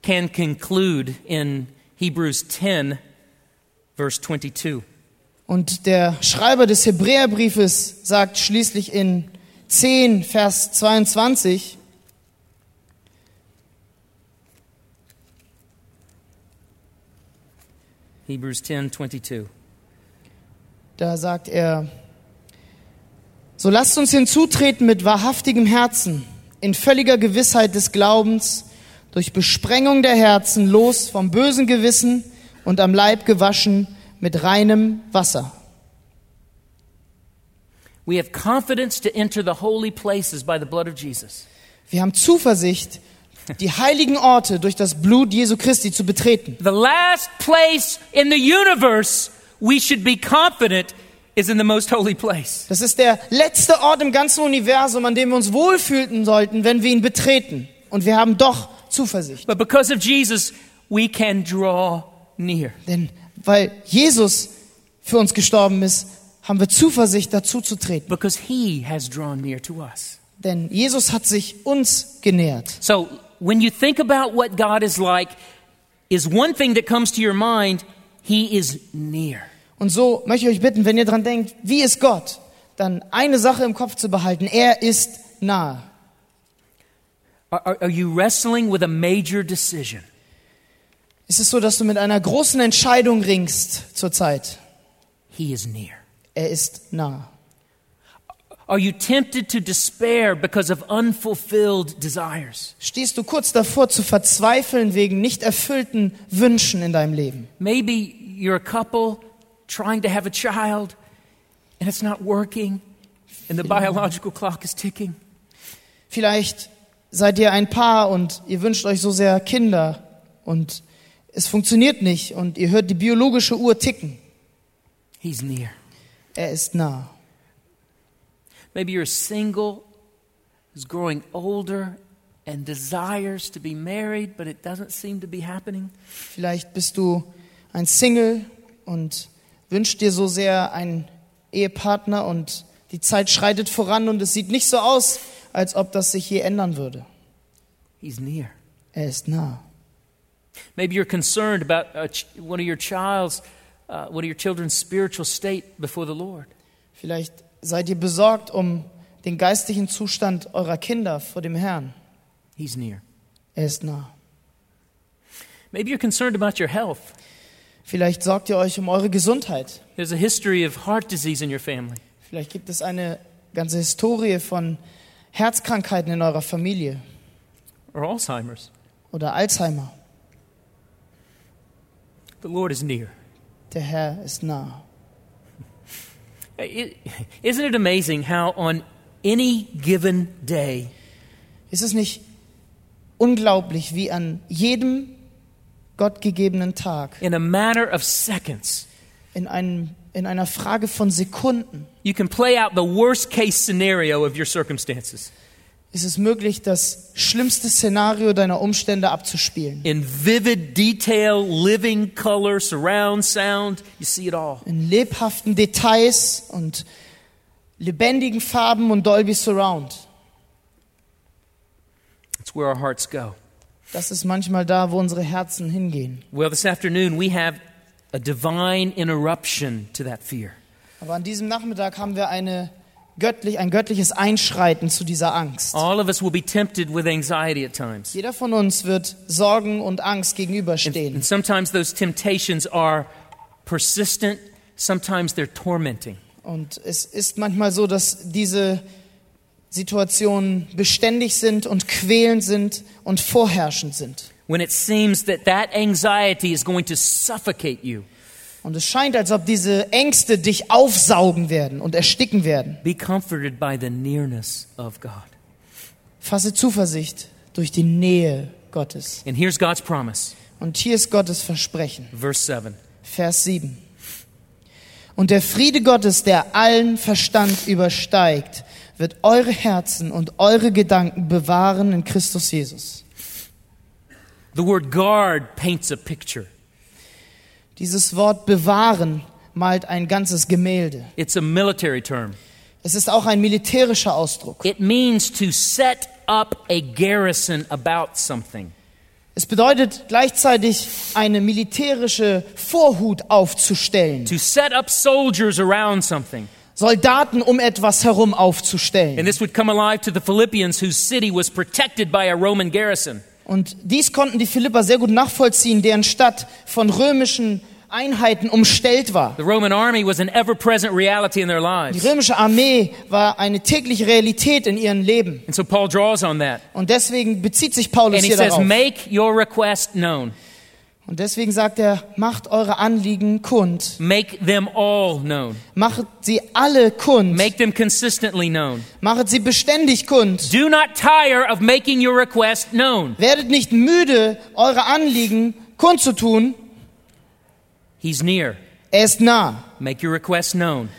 can conclude in Hebrews 10, verse 22.
Und der Schreiber des Hebräerbriefes sagt schließlich in 10, Vers 22,
Hebrews 10, 22.
da sagt er, so lasst uns hinzutreten mit wahrhaftigem Herzen, in völliger Gewissheit des Glaubens, durch Besprengung der Herzen, los vom bösen Gewissen und am Leib gewaschen mit reinem Wasser.
We have confidence to enter the holy places by the blood of Jesus.
Wir haben Zuversicht, die heiligen Orte durch das Blut Jesu Christi zu betreten.
The last place in the universe we should be confident is in the most holy place.
Das ist der letzte Ort im ganzen Universum, an dem wir uns wohlfühlen sollten, wenn wir ihn betreten. Und wir haben doch Zuversicht.
But because of Jesus, we can draw near.
Denn weil Jesus für uns gestorben ist, haben wir Zuversicht, dazu zu treten.
Because he has drawn near to us.
Denn Jesus hat sich uns genähert.
So when you think about what God is like, is one thing that comes to your mind, he is near.
Und so möchte ich euch bitten, wenn ihr dran denkt, wie ist Gott, dann eine Sache im Kopf zu behalten. Er ist nahe.
Are, are, are you wrestling with a major decision?
Es ist so, dass du mit einer großen Entscheidung ringst zurzeit.
He is near.
Er ist nah.
Are you tempted to despair because of unfulfilled desires?
Stehst du kurz davor zu verzweifeln wegen nicht erfüllten Wünschen in deinem Leben?
Maybe you're a couple trying to have a child and it's not working and the biological clock is ticking.
Vielleicht seid ihr ein Paar und ihr wünscht euch so sehr Kinder und es funktioniert nicht und ihr hört die biologische Uhr ticken.
He's near.
Er ist nah.
Maybe you're single who's growing older and desires to be married, but it doesn't seem to be happening.
Vielleicht bist du ein Single und wünschst dir so sehr einen Ehepartner und die Zeit schreitet voran und es sieht nicht so aus, als ob das sich je ändern würde.
He's near.
Er ist nah.
Maybe you're concerned about a ch- one of your child's, uh, one of your children's spiritual state before the Lord.
Vielleicht seid ihr besorgt um den geistlichen Zustand eurer Kinder vor dem Herrn.
He's near.
Er ist nah.
Maybe you're concerned about your health.
Vielleicht sorgt ihr euch um eure Gesundheit.
There's a history of heart disease in your family.
Vielleicht gibt es eine ganze Historie von Herzkrankheiten in eurer Familie
or Alzheimer's.
oder Alzheimer.
The Lord is near.
Der Herr ist nah.
is isn't it amazing how on any given day
Ist es nicht unglaublich, wie an jedem gottgegebenen Tag,
in a matter of seconds
in, einem, in einer Frage von Sekunden,
you can play out the worst case scenario of your circumstances
ist es möglich, das schlimmste Szenario deiner Umstände abzuspielen?
in vivid detail, living color, surround sound, you see it all.
In lebhaften Details und lebendigen Farben und Dolby Surround.
It's where our hearts go.
Das ist manchmal da, wo unsere Herzen hingehen.
Well, this afternoon we have a divine interruption to that fear.
Aber an diesem Nachmittag haben wir eine göttlich, ein göttliches Einschreiten zu dieser Angst.
All of us will be tempted with anxiety at times.
Jeder von uns wird Sorgen und Angst gegenüberstehen.
And sometimes those temptations are persistent, sometimes they're tormenting.
Und es ist manchmal so, dass diese Situationen beständig sind und quälend sind und vorherrschend sind.
When it seems that that anxiety is going to suffocate you,
Und es scheint, als ob diese Ängste dich aufsaugen werden und ersticken werden.
be comforted by the nearness of God.
Fasse Zuversicht durch die Nähe Gottes.
And here's God's promise,
Und hier ist Gottes Versprechen.
verse 7.
Vers 7. Und der Friede Gottes, der allen Verstand übersteigt, wird eure Herzen und eure Gedanken bewahren in Christus Jesus.
The word guard paints a picture.
Dieses Wort bewahren malt ein ganzes Gemälde.
It's a military term.
Es ist auch ein militärischer Ausdruck.
It means to set up a garrison about something.
Es bedeutet gleichzeitig eine militärische Vorhut aufzustellen,
to set up soldiers around something.
Soldaten um etwas herum aufzustellen.
And this would come alive to the Philippians, whose city was protected by a Roman garrison.
Und dies konnten die Philipper sehr gut nachvollziehen, deren Stadt von römischen Einheiten umstellt war.
The Roman army was an ever present reality in their
Die
lives.
römische Armee war eine tägliche Realität in ihrem Leben.
And so Paul draws on that.
Und deswegen bezieht sich Paulus
And he
hier
says,
darauf.
Make your request known,
Und deswegen sagt er, macht eure Anliegen kund.
make them all known,
Macht sie alle kund.
make them consistently known.
Macht sie beständig kund.
Do not tire of making your request known.
Werdet nicht müde, eure Anliegen kundzutun.
He's near.
Er ist nah.
Make your request known.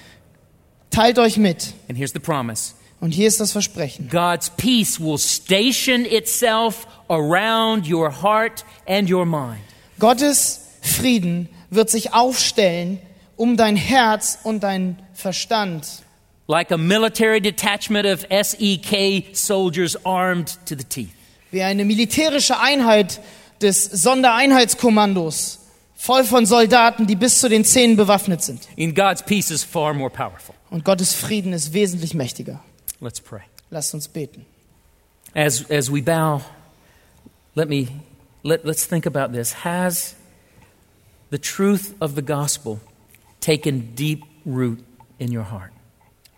Teilt euch mit.
And here's the promise
Und hier ist das Versprechen.
God's peace will station itself around your heart and your mind.
Gottes Frieden wird sich aufstellen um dein Herz und deinen Verstand.
Like a military detachment of SEK soldiers armed to the teeth.
Wie eine militärische Einheit des Sondereinheitskommandos. Voll von Soldaten, die bis zu den Zähnen bewaffnet sind.
And God's peace is far more powerful.
Und Gottes Frieden ist wesentlich mächtiger.
Let's pray.
Lasst uns beten.
As, as we bow, let me, let, let's think about this. Has the truth of the gospel taken deep root in your heart?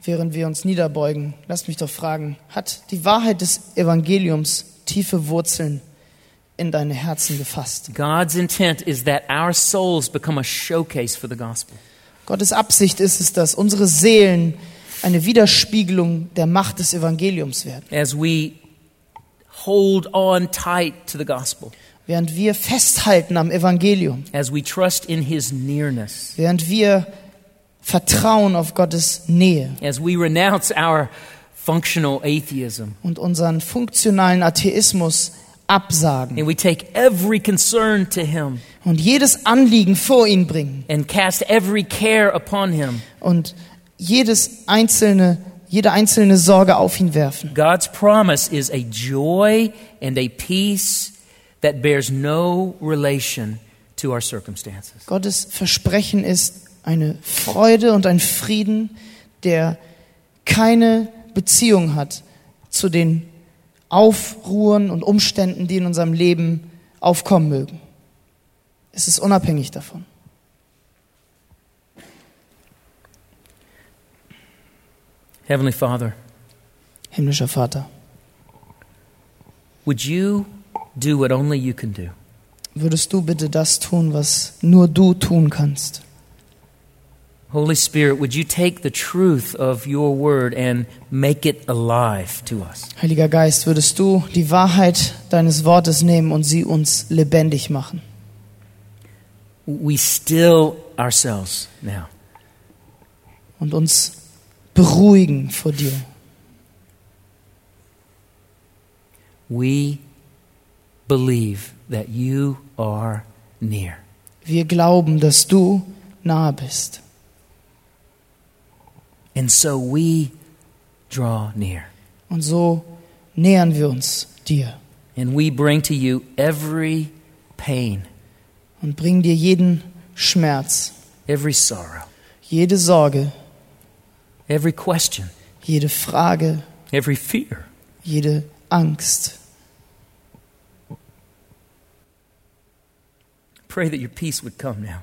Während wir uns niederbeugen, lasst mich doch fragen, hat die Wahrheit des Evangeliums tiefe Wurzeln in deine Herzen gefasst?
God's intent is that our souls become a showcase for the gospel.
Gottes Absicht ist es, dass unsere Seelen eine Widerspiegelung der Macht des Evangeliums werden.
As we hold on tight to the gospel,
Während wir festhalten am Evangelium,
as we trust in his nearness,
während wir vertrauen auf Gottes Nähe
as we renounce our functional atheism
und unseren funktionalen Atheismus absagen
and we take every concern to him
und jedes Anliegen vor ihn bringen
and cast every care upon him,
und jedes einzelne, jede einzelne Sorge auf ihn werfen.
God's promise is a joy and a peace that bears no relation to our circumstances.
Gottes Versprechen ist eine Freude und ein Frieden, der keine Beziehung hat zu den Aufruhen und Umständen, die in unserem Leben aufkommen mögen. Es ist unabhängig davon.
Heavenly Father,
Himmlischer Vater,
would you do what only you can do?
würdest du bitte das tun, was nur du tun kannst?
Holy Spirit, would you take the truth of your word and make it alive to us?
Heiliger Geist, würdest du die Wahrheit deines Wortes nehmen und sie uns lebendig machen?
We still ourselves now.
und uns beruhigen vor dir.
We believe that you are near.
Wir glauben, dass du nahe bist.
And so we draw near
Und so nähern wir uns dir
and we bring to you every pain,
und bringen dir jeden Schmerz,
every sorrow,
jede Sorge,
every question,
jede Frage,
every fear.
jede Angst.
Pray that your peace would come now.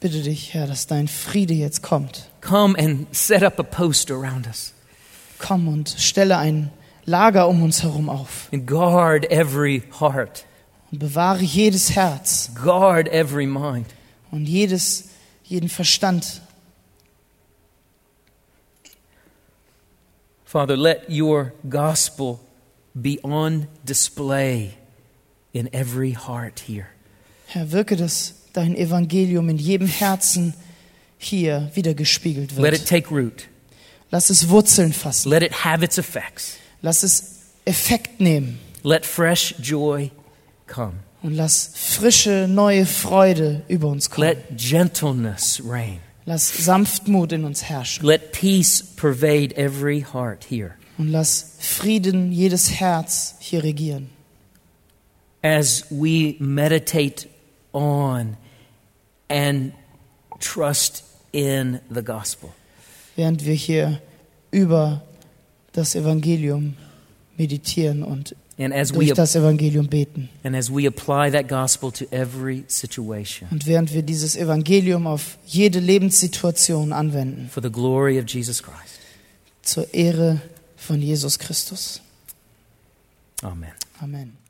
Bitte dich, Herr, dass dein Friede jetzt kommt.
Come and set up a post around us
Komm und stelle ein Lager um uns herum auf
and guard every heart.
und bewahre jedes Herz
guard every mind.
und jedes, jeden Verstand.
Father, let your gospel be on display in every heart here.
Herr, wirke, dass dein Evangelium in jedem Herzen hier wiedergespiegelt
Let it
wird.
take root.
Lass es Wurzeln fassen.
Let it have its effects.
Lass es Effekt nehmen.
Let fresh joy come.
Und lass frische, neue Freude über uns kommen.
Let gentleness reign.
Lass Sanftmut in uns herrschen.
Let peace pervade every heart here.
Und lass Frieden jedes Herz hier regieren.
As we meditate on and trust in the gospel,
Während wir hier über das Evangelium meditieren und
and as we
durch das Evangelium beten.
and as we apply that gospel to every situation
Und während wir dieses Evangelium auf jede Lebenssituation anwenden.
for the glory of Jesus Christ.
Zur Ehre von Jesus Christus.
Amen.
Amen.